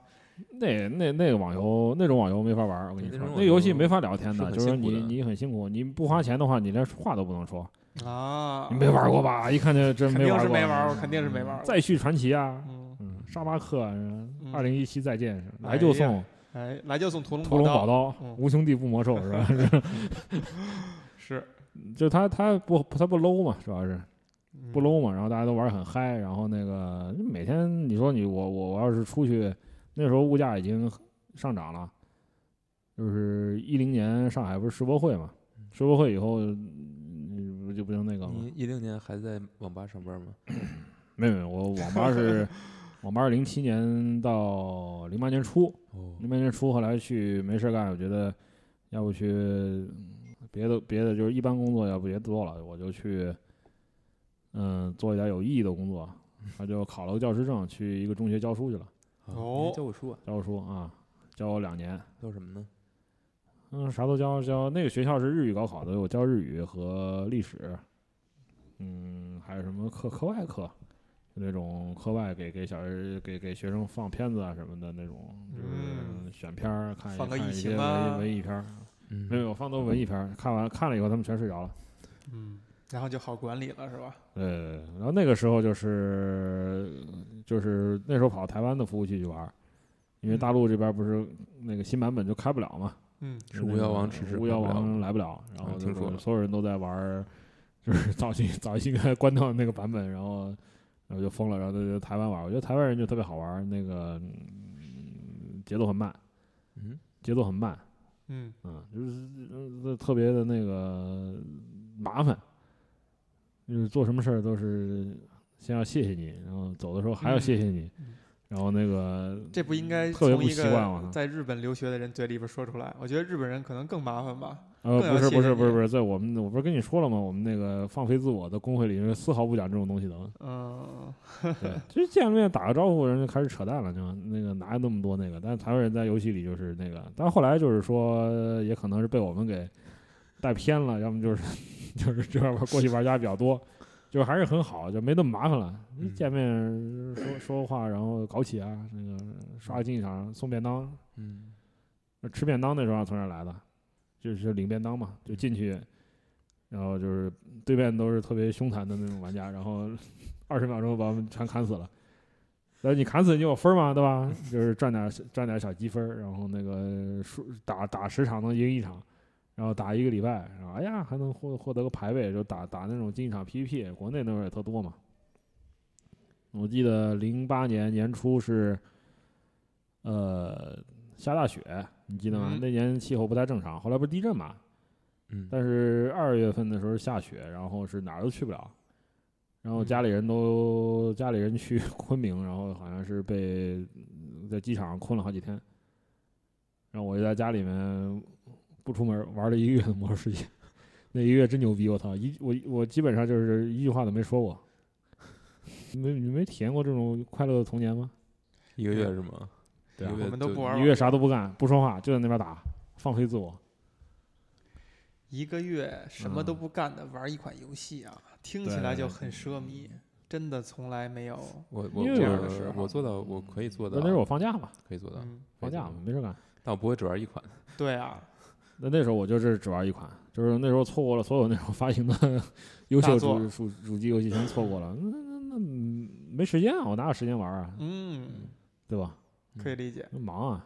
[SPEAKER 3] 那那那个网游那种网游没法玩儿，我跟你
[SPEAKER 2] 对那
[SPEAKER 3] 说，
[SPEAKER 2] 种
[SPEAKER 3] 那
[SPEAKER 2] 网
[SPEAKER 3] 游戏
[SPEAKER 2] 游
[SPEAKER 3] 没法聊天
[SPEAKER 2] 是
[SPEAKER 3] 的，
[SPEAKER 2] 很
[SPEAKER 3] 就是说
[SPEAKER 2] 辛苦
[SPEAKER 3] 你
[SPEAKER 2] 的
[SPEAKER 3] 你很辛苦，你不花钱的话，你连话都不能说。
[SPEAKER 1] 嗯啊，
[SPEAKER 3] 你没玩过？吧？一看就真
[SPEAKER 1] 肯
[SPEAKER 3] 没
[SPEAKER 1] 定
[SPEAKER 3] 玩
[SPEAKER 1] 是
[SPEAKER 3] 过，啊嗯
[SPEAKER 1] 没玩过，肯定是没玩过。
[SPEAKER 3] 再续传奇啊，
[SPEAKER 1] 嗯，
[SPEAKER 3] 嗯，沙巴克啊，
[SPEAKER 1] 嗯
[SPEAKER 3] 二零一七再见是吧，
[SPEAKER 1] 哎
[SPEAKER 3] 来就送
[SPEAKER 1] 哎，来就送屠龙
[SPEAKER 3] 屠龙宝
[SPEAKER 1] 刀，
[SPEAKER 3] 刀
[SPEAKER 1] 嗯，
[SPEAKER 3] 无兄弟不魔兽
[SPEAKER 1] <laughs>
[SPEAKER 3] 是吧？是
[SPEAKER 1] 是
[SPEAKER 3] 就他他不他不 low 嘛，主要
[SPEAKER 1] 嗯
[SPEAKER 3] 是不
[SPEAKER 1] 拢
[SPEAKER 3] low 嘛，然后大家都玩得很嗨，然后那个每天你说你我我我要是出去，那时候物价已经上涨了，就是一零年上海不是世博会嘛，世博会以后嗯不就不就那个吗
[SPEAKER 2] 你？一零年还在网吧上班吗？
[SPEAKER 3] 没有没有，我网吧是 <laughs> 网吧是零七年到零八年初，
[SPEAKER 2] 哦，
[SPEAKER 3] 零八年初后来去没事儿干，我觉得要不去嗯别的别的就是一般工作，要不别做了，我就去嗯做一点有意义的工作，那就考了个教师证，去一个中学教书去了，
[SPEAKER 2] 啊
[SPEAKER 1] 哦
[SPEAKER 2] 你还教过书啊？
[SPEAKER 3] 教书啊，教我两年，
[SPEAKER 2] 教什么呢？
[SPEAKER 3] 嗯，啥都教教。那个学校是日语高考的，我教日语和历史，嗯，还有什么课课外课，就那种课外给给小孩给给学生放片子啊什么的那种，就是
[SPEAKER 1] 嗯
[SPEAKER 3] 选片儿看一
[SPEAKER 1] 放个
[SPEAKER 3] 看
[SPEAKER 1] 疫
[SPEAKER 3] 一
[SPEAKER 1] 情
[SPEAKER 3] 些
[SPEAKER 1] 啊
[SPEAKER 3] 文艺文艺片儿，
[SPEAKER 2] 嗯
[SPEAKER 3] 没有放都文艺片儿，看完看了以后他们全睡着了。
[SPEAKER 1] 嗯，然后就好管理了，是吧？
[SPEAKER 3] 呃，然后那个时候就是就是那时候跑台湾的服务器去玩儿，因
[SPEAKER 1] 嗯
[SPEAKER 3] 为大陆这边儿不是那个新版本就开不了嘛。
[SPEAKER 1] 嗯，
[SPEAKER 2] 是巫妖王迟迟
[SPEAKER 3] 巫妖
[SPEAKER 2] 来不了
[SPEAKER 3] 王来不了，然后
[SPEAKER 2] 嗯
[SPEAKER 3] 就
[SPEAKER 2] 听
[SPEAKER 3] 是
[SPEAKER 2] 说了
[SPEAKER 3] 所有人都在玩儿， <laughs> 就是早期早期应该关掉的那个版本，然后然后就疯了，然后就就台湾玩儿，我觉得台湾人就特别好玩儿，那个、嗯节奏很慢，
[SPEAKER 2] 嗯，
[SPEAKER 3] 节奏很慢，
[SPEAKER 1] 嗯，
[SPEAKER 3] 嗯，就是呃特别的那个麻烦，就是做什么事儿都是先要谢谢你，然后走的时候还要谢谢你，
[SPEAKER 1] 嗯嗯
[SPEAKER 3] 然后那个
[SPEAKER 1] 这不应该
[SPEAKER 3] 特别
[SPEAKER 1] 从
[SPEAKER 3] 不
[SPEAKER 1] 一
[SPEAKER 3] 习惯啊我
[SPEAKER 1] 个
[SPEAKER 3] 操
[SPEAKER 1] 在日本留学的人嘴里边说出来。我觉得日本人可能更麻烦吧。
[SPEAKER 3] 呃，
[SPEAKER 1] 更要
[SPEAKER 3] 不是
[SPEAKER 1] 谢
[SPEAKER 3] 不
[SPEAKER 1] 谢
[SPEAKER 3] 是不是
[SPEAKER 1] 你啊
[SPEAKER 3] 不是，在我们我不是跟你说了吗？我们那个放飞自我的工会里面丝毫不讲这种东西
[SPEAKER 1] <laughs>
[SPEAKER 3] 的。啊
[SPEAKER 1] 嗯，
[SPEAKER 3] 对，就是见了面打个招呼，人就开始扯淡了，就那个哪有那么多那个？但是台湾人在游戏里就是那个，但后来就是说，也可能是被我们给带偏了，要么就是 <laughs> 就是这边过去玩家比较多，就是还是很好，就没那么麻烦了。一
[SPEAKER 2] 嗯
[SPEAKER 3] 见面说说话，然后搞起啊，那个刷个竞技场送便当，
[SPEAKER 2] 嗯，
[SPEAKER 3] 吃便当那时候啊从这儿来的，就是领便当嘛，就进去，然后就是对面都是特别凶残的那种玩家，然后 <laughs> 二十秒钟把我们全砍死了。但是你砍死你有分儿嘛，对吧？就是赚点赚点小积分儿，然后那个输打打十场能赢一场，然后打一个礼拜，然后哎呀还能获获得个排位，就打打那种竞技场 PVP，国内那会儿也特多嘛。我记得零八年年初是，呃，下大雪，你记得吗？
[SPEAKER 1] 嗯
[SPEAKER 3] 那年气候不太正常，后来不是地震嘛，
[SPEAKER 2] 嗯，
[SPEAKER 3] 但是二月份的时候下雪，然后是哪儿都去不了，然后家里人都、家里人去 <laughs> 昆明，然后好像是被在机场困了好几天，然后我就在家里面不出门玩了一个月的魔兽世界，那一个月真牛逼，我操！一我我基本上就是一句话都没说过， <laughs> 没你没体验过这种快乐的童年吗？
[SPEAKER 2] 一个月是吗？
[SPEAKER 3] 对啊
[SPEAKER 2] 一个月
[SPEAKER 1] 我们都
[SPEAKER 2] 就
[SPEAKER 1] 不玩
[SPEAKER 3] 一个月啥都不干，不说话，就在那边打，放飞自我。
[SPEAKER 1] 一个月什么
[SPEAKER 3] 嗯
[SPEAKER 1] 都不干的玩一款游戏啊，听起来就很奢靡，真的从来没有。
[SPEAKER 2] 我我
[SPEAKER 3] 因为
[SPEAKER 1] 我是
[SPEAKER 2] 我我做到我可以做
[SPEAKER 3] 那
[SPEAKER 2] 到，
[SPEAKER 3] 那时候我放假嘛，
[SPEAKER 2] 可以做到，
[SPEAKER 1] 嗯，
[SPEAKER 3] 放假嘛，没事干。
[SPEAKER 2] 但我不会只玩一款。
[SPEAKER 1] 对啊，
[SPEAKER 3] 那那时候我就是只玩一款，就是那时候错过了所有那种发行的 <laughs> 优秀
[SPEAKER 1] 大作
[SPEAKER 3] 主主主机游戏，全错过了。那那那没时间啊，我哪有时间玩啊，
[SPEAKER 1] 嗯，
[SPEAKER 3] 对吧？
[SPEAKER 2] 嗯
[SPEAKER 1] 可以理解。
[SPEAKER 3] 忙啊。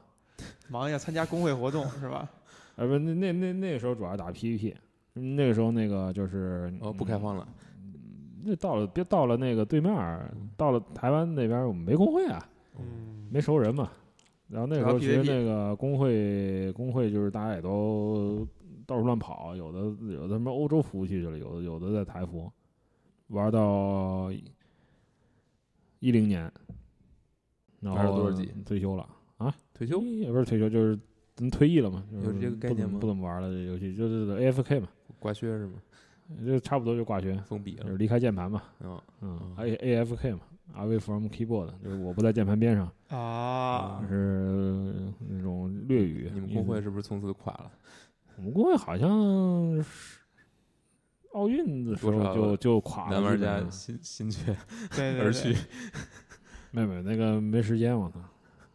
[SPEAKER 1] 忙要参加工会活动是
[SPEAKER 2] <laughs>
[SPEAKER 1] 吧？
[SPEAKER 3] 呃，不，那那那那个时候主要是打 PVP，嗯那个时候那个就是嗯
[SPEAKER 2] 哦，不开放了，
[SPEAKER 3] 那到了别到了那个对面儿，到了台湾那边儿我们没工会啊，
[SPEAKER 1] 嗯，
[SPEAKER 3] 没熟人嘛。然后那个时候其
[SPEAKER 1] 主要
[SPEAKER 3] 实
[SPEAKER 1] PVP
[SPEAKER 3] 那个工会工会就是大家也都到处乱跑，有的有的什么欧洲服务区去了，有的有的在台服，玩到一零年，然
[SPEAKER 2] 玩到
[SPEAKER 3] 后
[SPEAKER 2] 多少级
[SPEAKER 3] 退休了啊？
[SPEAKER 2] 退休
[SPEAKER 3] 也不是退休，就是嗯退役了嘛，就
[SPEAKER 2] 有
[SPEAKER 3] 是
[SPEAKER 2] 这个概
[SPEAKER 3] 不
[SPEAKER 2] 念
[SPEAKER 3] 怎
[SPEAKER 2] 吗
[SPEAKER 3] 不怎么玩了，这游戏就是 AFK 嘛，
[SPEAKER 2] 挂靴是吗？
[SPEAKER 3] 就差不多就挂学，
[SPEAKER 2] 封闭
[SPEAKER 3] 就
[SPEAKER 2] 了
[SPEAKER 3] 是，离开键盘嘛，
[SPEAKER 2] 嗯，
[SPEAKER 3] 嗯
[SPEAKER 2] 嗯
[SPEAKER 3] ，A A F K 嘛，Away from keyboard，就是我不在键盘边上，
[SPEAKER 1] 啊
[SPEAKER 2] 嗯
[SPEAKER 3] 就，是那种略语。
[SPEAKER 2] 你们
[SPEAKER 3] 意
[SPEAKER 2] 工
[SPEAKER 3] 思
[SPEAKER 2] 会，是不是从此垮了？
[SPEAKER 3] 我们工会好像是奥运的时
[SPEAKER 2] 多
[SPEAKER 3] 候
[SPEAKER 2] 少
[SPEAKER 3] 就就垮了。
[SPEAKER 2] 男玩
[SPEAKER 3] 基本
[SPEAKER 2] 家
[SPEAKER 3] 上
[SPEAKER 2] 心心缺 <laughs>
[SPEAKER 1] 对对
[SPEAKER 2] 而去
[SPEAKER 1] 对，，
[SPEAKER 3] 没有没有那个没时间，我操，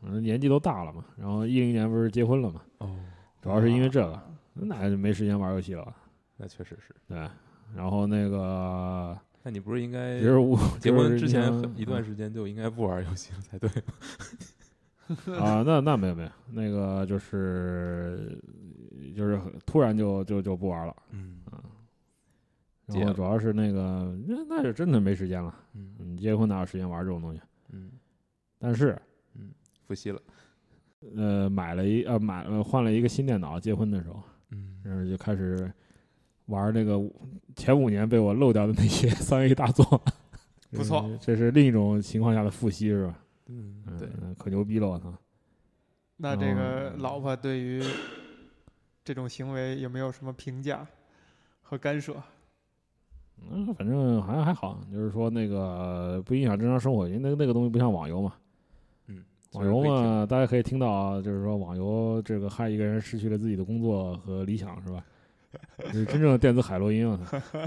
[SPEAKER 3] 反正年纪都大了嘛。然后一零年不是结婚了嘛，
[SPEAKER 2] 哦，
[SPEAKER 3] 主要是因为这个，
[SPEAKER 1] 啊
[SPEAKER 3] 那就没时间玩游戏了，
[SPEAKER 2] 那确实是。
[SPEAKER 3] 对。然后那个
[SPEAKER 2] 那你不是应该
[SPEAKER 3] 其
[SPEAKER 2] <laughs>
[SPEAKER 3] 实我
[SPEAKER 2] 结婚之前很一段
[SPEAKER 3] 时
[SPEAKER 2] 时间就应该不玩游戏了才
[SPEAKER 3] <laughs>
[SPEAKER 2] 对？
[SPEAKER 3] 啊，那那没有没有，那个就是就是很突然就就就不玩了。
[SPEAKER 2] 嗯
[SPEAKER 3] 然
[SPEAKER 2] 戒
[SPEAKER 3] 后
[SPEAKER 2] 了
[SPEAKER 3] 主要是那个，那那就真的没时间了。
[SPEAKER 2] 嗯
[SPEAKER 3] 你结婚哪有时间玩这种东西？
[SPEAKER 2] 嗯，
[SPEAKER 3] 但是，
[SPEAKER 2] 复习了，
[SPEAKER 3] 呃，买了一呃买了换了一个新电脑，结婚的时候，
[SPEAKER 2] 嗯，
[SPEAKER 3] 然后就开始玩那个五前五年被我漏掉的那些 <laughs> 三 A 大作。
[SPEAKER 1] <laughs> 不错
[SPEAKER 3] 嗯这是另一种情况下的复习是吧？
[SPEAKER 2] 嗯，
[SPEAKER 3] 嗯，
[SPEAKER 2] 对，
[SPEAKER 3] 可牛逼了我操！
[SPEAKER 1] 那这个
[SPEAKER 3] 哦
[SPEAKER 1] 老婆对于这种行为有没有什么评价和干涉？
[SPEAKER 3] 嗯，反正好像还好，就是说那个不影响正常生活，因为那个那个东西不像网游嘛。
[SPEAKER 2] 嗯，
[SPEAKER 3] 网
[SPEAKER 2] 就是
[SPEAKER 3] 游
[SPEAKER 2] 可以听，
[SPEAKER 3] 嘛，大家可以听到啊，就是说网游这个害一个人失去了自己的工作和理想，
[SPEAKER 2] <laughs>
[SPEAKER 3] 是吧？就是真正的电子海洛因啊！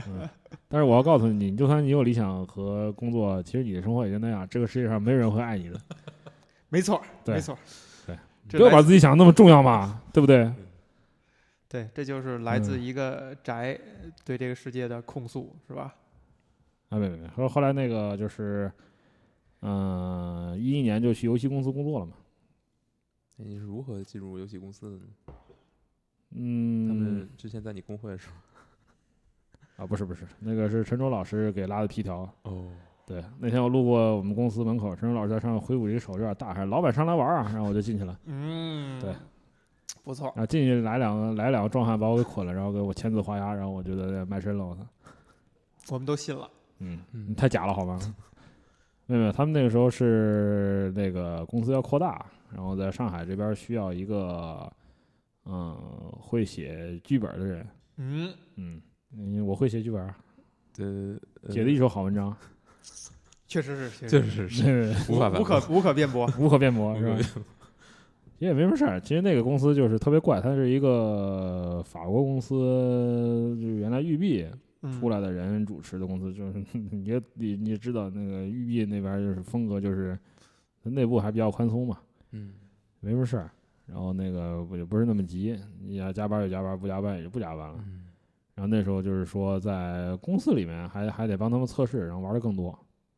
[SPEAKER 3] 嗯，但是我要告诉你，你就算你有理想和工作，其实你的生活也就那样，这个世界上没有人会爱你的。
[SPEAKER 1] 没错儿，
[SPEAKER 3] 对
[SPEAKER 1] 没错儿，
[SPEAKER 3] 对
[SPEAKER 1] 这
[SPEAKER 3] 不要
[SPEAKER 1] 来
[SPEAKER 3] 把自己想的那么重
[SPEAKER 2] <laughs>
[SPEAKER 3] 要嘛，对不对？
[SPEAKER 1] 对，这就是来自
[SPEAKER 3] 嗯
[SPEAKER 1] 一个宅对这个世界的控诉，是吧？
[SPEAKER 3] 啊，没没没，后后来那个就是，嗯、一一年就去游戏公司工作了嘛。
[SPEAKER 2] 哎你是如何进入游戏公司的呢？他
[SPEAKER 3] 嗯
[SPEAKER 2] 们，之前在你工会的时候，
[SPEAKER 3] 啊，不是不是，那个是陈卓老师给拉的皮条，
[SPEAKER 2] 哦，
[SPEAKER 3] 对，那天我路过我们公司门口，陈忠老师在上面挥舞着一个手，有点大喊：“老板上来玩儿啊！”然后我就进去了，
[SPEAKER 1] 嗯，
[SPEAKER 3] 对，
[SPEAKER 1] 不错
[SPEAKER 3] 然，后进去来两个来两个壮汉把我给捆了，然后给我签字画押，然后我觉得哎卖身了，我操，
[SPEAKER 1] 我们都信了。
[SPEAKER 3] 嗯，你
[SPEAKER 2] 嗯，
[SPEAKER 3] 太假了好吗？ <laughs> 没有没有，他们那个时候是那个公司要扩大，然后在上海这边需要一个嗯会写剧本的人，
[SPEAKER 1] 嗯，
[SPEAKER 3] 嗯。嗯，我会写剧本儿，
[SPEAKER 2] 对，呃
[SPEAKER 3] 写了一手好文章，
[SPEAKER 1] 确实是，确
[SPEAKER 2] 确
[SPEAKER 1] 实是
[SPEAKER 2] 实
[SPEAKER 3] <laughs>
[SPEAKER 2] 是
[SPEAKER 3] 是
[SPEAKER 2] 无法
[SPEAKER 1] 无可无可辩驳。
[SPEAKER 3] 无可辩驳，
[SPEAKER 2] 反
[SPEAKER 3] 是吧
[SPEAKER 2] 驳，？
[SPEAKER 3] 其实也没什么事儿。其实那个公司就是特别怪，它是一个法国公司，就是原来育碧
[SPEAKER 1] 嗯，
[SPEAKER 3] 出来的人主持的公司，就是 <laughs> 你也你你也知道那个育碧那边儿就是风格就是内部还比较宽松嘛，
[SPEAKER 2] 嗯，
[SPEAKER 3] 没什么事儿。然后那个不也不是那么急，你要加班就加班，不加班也就不加班了。
[SPEAKER 2] 嗯
[SPEAKER 3] 然后那时候就是说，在公司里面还还得帮他们测试，然后玩的更多。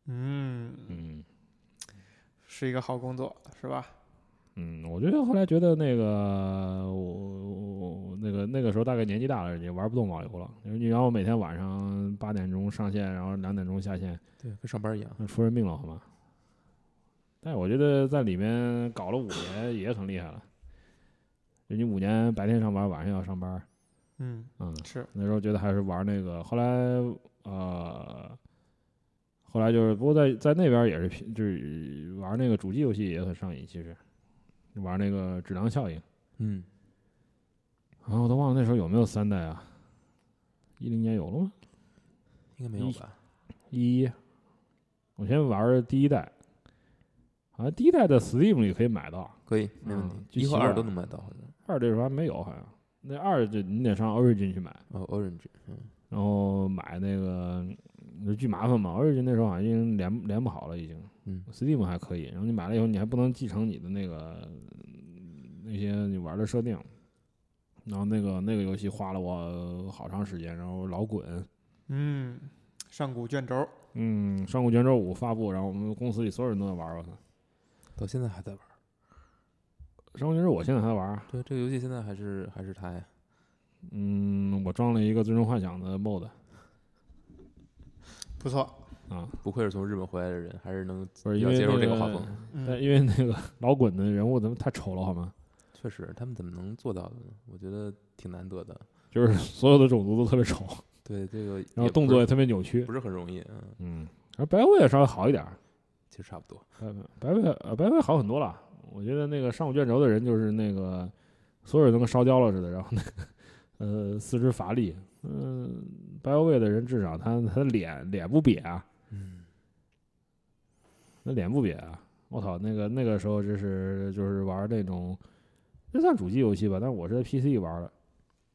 [SPEAKER 1] 嗯，
[SPEAKER 3] 嗯
[SPEAKER 1] 是一个好工作，是吧？
[SPEAKER 3] 嗯，我觉得后来觉得那个我我我那个那个时候大概年纪大了，也玩不动网游了。就是你让我每天晚上八点钟上线，然后两点钟下线，
[SPEAKER 2] 对，跟上班一样，
[SPEAKER 3] 那出人命了好吗？但是我觉得在里面搞了五年也很厉害了。就你五年白天上班，晚上要上班，
[SPEAKER 1] 嗯，
[SPEAKER 3] 嗯，
[SPEAKER 1] 是，
[SPEAKER 3] 那时候觉得还是玩那个，后来呃，后来就是不过在在那边也是平就是玩那个主机游戏也很上瘾，其实玩那个质量效应，
[SPEAKER 2] 嗯，
[SPEAKER 3] 然啊后我都忘了那时候有没有三代啊？一零年有了吗？
[SPEAKER 2] 应该没有吧？
[SPEAKER 3] 一一，我先玩第一代，好像第一代在 Steam 里可以买到，
[SPEAKER 2] 可以，没问题
[SPEAKER 3] 嗯，就
[SPEAKER 2] 一和
[SPEAKER 3] 习惯
[SPEAKER 2] 二都
[SPEAKER 3] 了
[SPEAKER 2] 能买到，好像。
[SPEAKER 3] 二这时候还没有，好像那二就你得上 Origin 去买。
[SPEAKER 2] 哦，Orange，嗯，
[SPEAKER 3] 然后买那个嗯就巨麻烦嘛，Origin 那时候好像已经连连不好了，已经。
[SPEAKER 2] 嗯
[SPEAKER 3] ，Steam 还可以，然后你买了以后，你还不能继承你的那个嗯那些你玩的设定。然后那个那个游戏花了我好长时间，然后老滚。
[SPEAKER 1] 嗯，上古卷轴，
[SPEAKER 3] 嗯，上古卷轴五发布，然后我们公司里所有人都在玩儿，我操，
[SPEAKER 2] 到现在还在玩。
[SPEAKER 3] 伤亡军是我现在还玩儿，啊
[SPEAKER 2] 对，这个游戏现在还是还是它呀。
[SPEAKER 3] 嗯，我装了一个最终幻想的 mod
[SPEAKER 1] 不错，
[SPEAKER 3] 啊，
[SPEAKER 2] 不愧是从日本回来的人，还是能
[SPEAKER 3] 不是
[SPEAKER 2] 比
[SPEAKER 3] 因
[SPEAKER 2] 较
[SPEAKER 3] 为
[SPEAKER 2] 接受这
[SPEAKER 3] 那
[SPEAKER 2] 个
[SPEAKER 3] 个
[SPEAKER 2] 画风。
[SPEAKER 3] <laughs> 但
[SPEAKER 1] 嗯，
[SPEAKER 3] 因为那个老滚的人物怎么太丑了好吗？
[SPEAKER 2] 确实，他们怎么能做到的呢？我觉得挺难得的。
[SPEAKER 3] 就是所有的种族都特别丑，
[SPEAKER 2] 对这个也不是，
[SPEAKER 3] 然后动作也特别扭曲。
[SPEAKER 2] 不是很容易，嗯，
[SPEAKER 3] 嗯，而白尾也稍微好一点儿，
[SPEAKER 2] 其实差不多。
[SPEAKER 3] 白白尾呃白尾好很多了。我觉得那个上古卷轴的人就是那个所有人都跟烧焦了似的，然后那个呃四肢乏力。嗯、白尾的人至少他他脸脸不瘪啊，
[SPEAKER 2] 嗯，
[SPEAKER 3] 那脸不瘪啊！我操，那个那个时候真是就是玩那种，那算主机游戏吧，但我是在 PC 玩的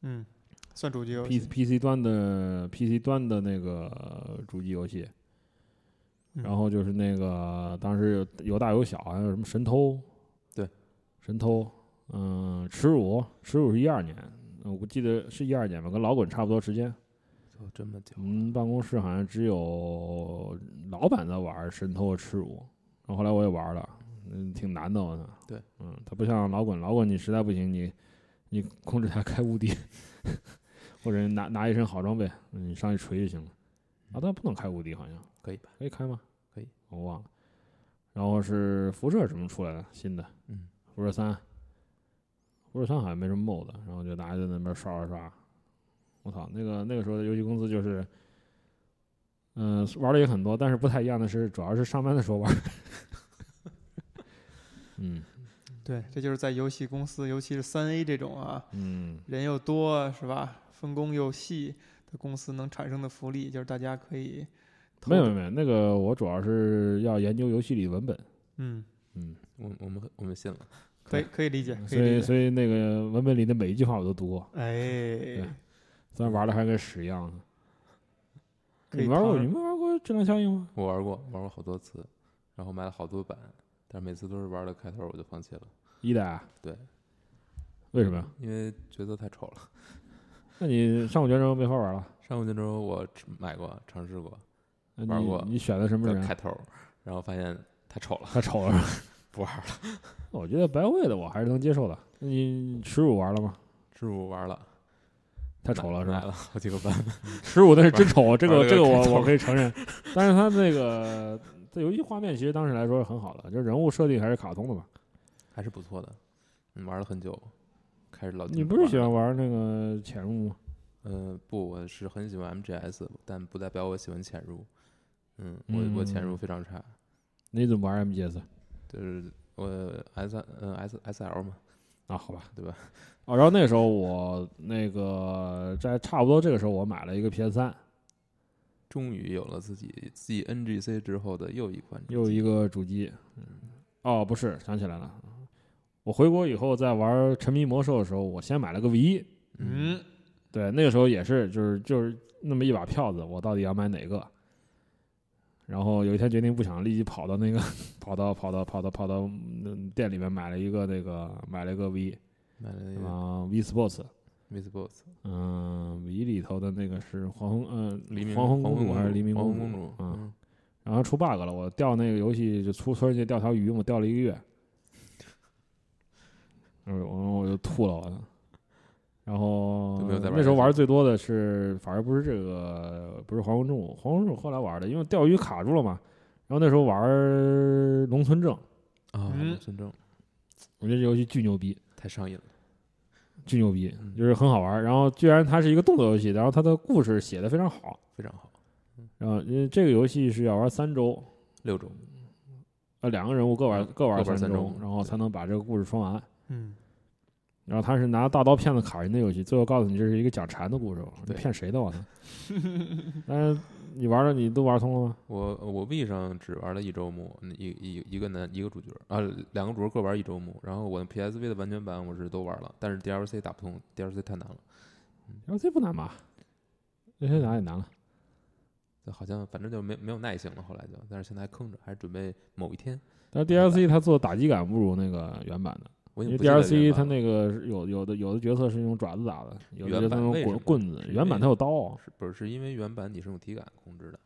[SPEAKER 1] 嗯，算主机游
[SPEAKER 3] ，P
[SPEAKER 1] 戏，
[SPEAKER 3] PC 端的 PC 端的那个呃主机游戏。
[SPEAKER 1] 嗯
[SPEAKER 3] 然后就是那个当时有有大有小，还有什么神偷，
[SPEAKER 2] 对，
[SPEAKER 3] 神偷，嗯，耻辱，耻辱是一二年，嗯我记得是一二年吧，跟老滚差不多时间。
[SPEAKER 2] 就嗯这么久
[SPEAKER 3] 我。们办公室好像只有老板在玩神偷和耻辱，然后后来我也玩了，嗯，挺难的，我操。
[SPEAKER 2] 对，
[SPEAKER 3] 嗯，它不像老滚，老滚你实在不行，你你控制它开无敌， <laughs> 或者拿拿一身好装备，嗯你上去锤就行了。啊，但不能开无敌，好像
[SPEAKER 2] 嗯可以吧？
[SPEAKER 3] 可以开吗？
[SPEAKER 2] 可以，
[SPEAKER 3] 我忘了。然后是辐射什么出来的新的，
[SPEAKER 2] 嗯，
[SPEAKER 3] 辐射三，辐射三好像没什么 mod，然后就大家就在那边刷刷刷。我操，那个那个时候的游戏公司就是，嗯、玩的也很多，但是不太一样的是，主要是上班的时候玩。嗯
[SPEAKER 1] 对，这就是在游戏公司，尤其是三 A 这种啊，
[SPEAKER 3] 嗯，
[SPEAKER 1] 人又多是吧？分工又细的公司能产生的福利，就是大家可以偷
[SPEAKER 3] 没有
[SPEAKER 1] 着
[SPEAKER 3] 没有没有，那个我主要是要研究游戏里文本，
[SPEAKER 1] 嗯，
[SPEAKER 3] 嗯，
[SPEAKER 2] 我我们我们信了。
[SPEAKER 1] 可以可以理解，可
[SPEAKER 3] 所
[SPEAKER 1] 理解。
[SPEAKER 3] 以所以那个文本里的每一句话我都读过，
[SPEAKER 1] 哎，
[SPEAKER 3] 虽然玩的还跟屎一样呢。
[SPEAKER 1] 可以
[SPEAKER 3] 你玩过
[SPEAKER 1] 躺
[SPEAKER 3] 你们玩过质量效应吗？
[SPEAKER 2] 我玩过，玩过好多次，然后买了好多版，但是每次都是玩到开头我就放弃了，
[SPEAKER 3] 一代啊
[SPEAKER 2] 对，
[SPEAKER 3] 为什么呀？
[SPEAKER 2] 因为角色太丑了。
[SPEAKER 3] 那你上古卷轴没法玩了？
[SPEAKER 2] 上古卷轴我只买过，尝试过，
[SPEAKER 3] 那你
[SPEAKER 2] 玩过
[SPEAKER 3] 你选的什么
[SPEAKER 2] 叫
[SPEAKER 3] 人啊
[SPEAKER 2] 开？头，然后发现太丑了，
[SPEAKER 3] 他丑了。
[SPEAKER 2] 不玩了。
[SPEAKER 3] 我觉得白位的我还是能接受的。那你耻辱玩了吗？
[SPEAKER 2] 之后我玩了，
[SPEAKER 3] 太丑了是
[SPEAKER 2] 买
[SPEAKER 3] 吧？
[SPEAKER 2] 了好几个版，
[SPEAKER 3] 耻辱那是
[SPEAKER 2] <laughs>
[SPEAKER 3] 真丑，这
[SPEAKER 2] 玩了
[SPEAKER 3] 个
[SPEAKER 2] 个
[SPEAKER 3] 这个
[SPEAKER 2] 开头
[SPEAKER 3] 我我可以承认。但是他那个这游戏画面其实当时来说是很好的，就是人物设定还是卡通的嘛。
[SPEAKER 2] <laughs> 还是不错的。嗯玩了很久，开始老进
[SPEAKER 3] 你不
[SPEAKER 2] 化
[SPEAKER 3] 是
[SPEAKER 2] 了
[SPEAKER 3] 喜欢？玩那个潜入吗？
[SPEAKER 2] 呃，不，我是很喜欢 MGS，但不代表我喜欢潜入。嗯，我我潜入
[SPEAKER 3] 嗯
[SPEAKER 2] 非常差，
[SPEAKER 3] 你怎么玩 MGS
[SPEAKER 2] 就是我 S 嗯 S S L 嘛，
[SPEAKER 3] 啊？好吧，
[SPEAKER 2] <laughs> 对吧？
[SPEAKER 3] 哦，然后那个时候我那个在差不多这个时候我买了一个 PS 三，
[SPEAKER 2] 终于有了自己继 NGC 之后的又一款主
[SPEAKER 3] 又
[SPEAKER 2] 机
[SPEAKER 3] 一个主机，嗯，哦，不是，想起来了，我回国以后在玩《沉迷魔兽》的时候，我先买了个 V 一，
[SPEAKER 2] 嗯，
[SPEAKER 1] 嗯，
[SPEAKER 3] 对，那个时候也是，就是就是那么一把票子，我到底要买哪个？然后有一天决定不想，立即跑到那个跑到跑到跑到跑到嗯店里面买了一个那个买了一个 V
[SPEAKER 2] 买了一个
[SPEAKER 3] 啊 V Sports，
[SPEAKER 2] Miss Boss，
[SPEAKER 3] 嗯，V 里头的那个是黄昏，嗯、
[SPEAKER 2] 黎明
[SPEAKER 3] 黄昏
[SPEAKER 2] 公
[SPEAKER 3] 公主还是黎明
[SPEAKER 2] 黄昏公
[SPEAKER 3] 公主
[SPEAKER 2] 主？
[SPEAKER 3] 嗯，
[SPEAKER 2] 嗯，
[SPEAKER 3] 然后出 bug 了，我钓那个游戏就出村儿去钓条鱼嘛，钓了一个月，嗯，我我就吐了，我操！然后
[SPEAKER 2] 就没有再玩
[SPEAKER 3] 那时候
[SPEAKER 2] 下去
[SPEAKER 3] 玩最多的是，反而不是这个，不是黄昏中午，黄昏中午后来玩的，因为钓鱼卡住了嘛。然后那时候玩儿农村证，
[SPEAKER 2] 啊，
[SPEAKER 1] 嗯
[SPEAKER 2] 龙村正
[SPEAKER 3] 我觉得这游戏巨牛逼，
[SPEAKER 2] 太上瘾了。
[SPEAKER 3] 巨牛逼
[SPEAKER 2] 嗯，
[SPEAKER 3] 就是很好玩儿。然后居然它是一个动作游戏，然后它的故事写的非常好。
[SPEAKER 2] 非常好，
[SPEAKER 3] 然后因为这个游戏是要玩三周，
[SPEAKER 2] 六种，
[SPEAKER 3] 呃，两个人物各玩
[SPEAKER 2] 嗯
[SPEAKER 3] 各玩
[SPEAKER 2] 各玩三
[SPEAKER 3] 周
[SPEAKER 2] 周，
[SPEAKER 3] 然后才能把这个故事说完。
[SPEAKER 1] 嗯，
[SPEAKER 3] 然后他是拿大刀骗子砍人的游戏，最后告诉你这是一个讲禅的故事，你
[SPEAKER 2] 对
[SPEAKER 3] 骗谁
[SPEAKER 2] <laughs>
[SPEAKER 3] 的我操！但是你玩了，你都玩通了吗？
[SPEAKER 2] 我我 V 上只玩了一周目，嗯一一一个男一个主角啊，两个主角各玩一周目。然后我的 PSV 的完全版我是都玩了，但是 DLC 打不通，DLC 太难了，
[SPEAKER 3] 然后这不难吧？这些哪里难了？
[SPEAKER 2] 就好像反正就没没有耐性了。后来就，但是现在还坑着，还是准备某一天。
[SPEAKER 3] 但是 DLC 它做打击感不如那个原版的，
[SPEAKER 2] 我已
[SPEAKER 3] 因
[SPEAKER 2] 经
[SPEAKER 3] 为
[SPEAKER 2] 不记得
[SPEAKER 3] DLC
[SPEAKER 2] 原
[SPEAKER 3] 它
[SPEAKER 2] 版了
[SPEAKER 3] 那个是有有的有的角色是用爪子打的，有的角
[SPEAKER 2] 原
[SPEAKER 3] 色
[SPEAKER 2] 版
[SPEAKER 3] 用
[SPEAKER 2] 为什
[SPEAKER 3] 棍
[SPEAKER 2] 么
[SPEAKER 3] 棍子
[SPEAKER 2] 是，因
[SPEAKER 3] 原版
[SPEAKER 2] 为
[SPEAKER 3] 它有刀。啊
[SPEAKER 2] 是不是是因为原版你是用体感控制的？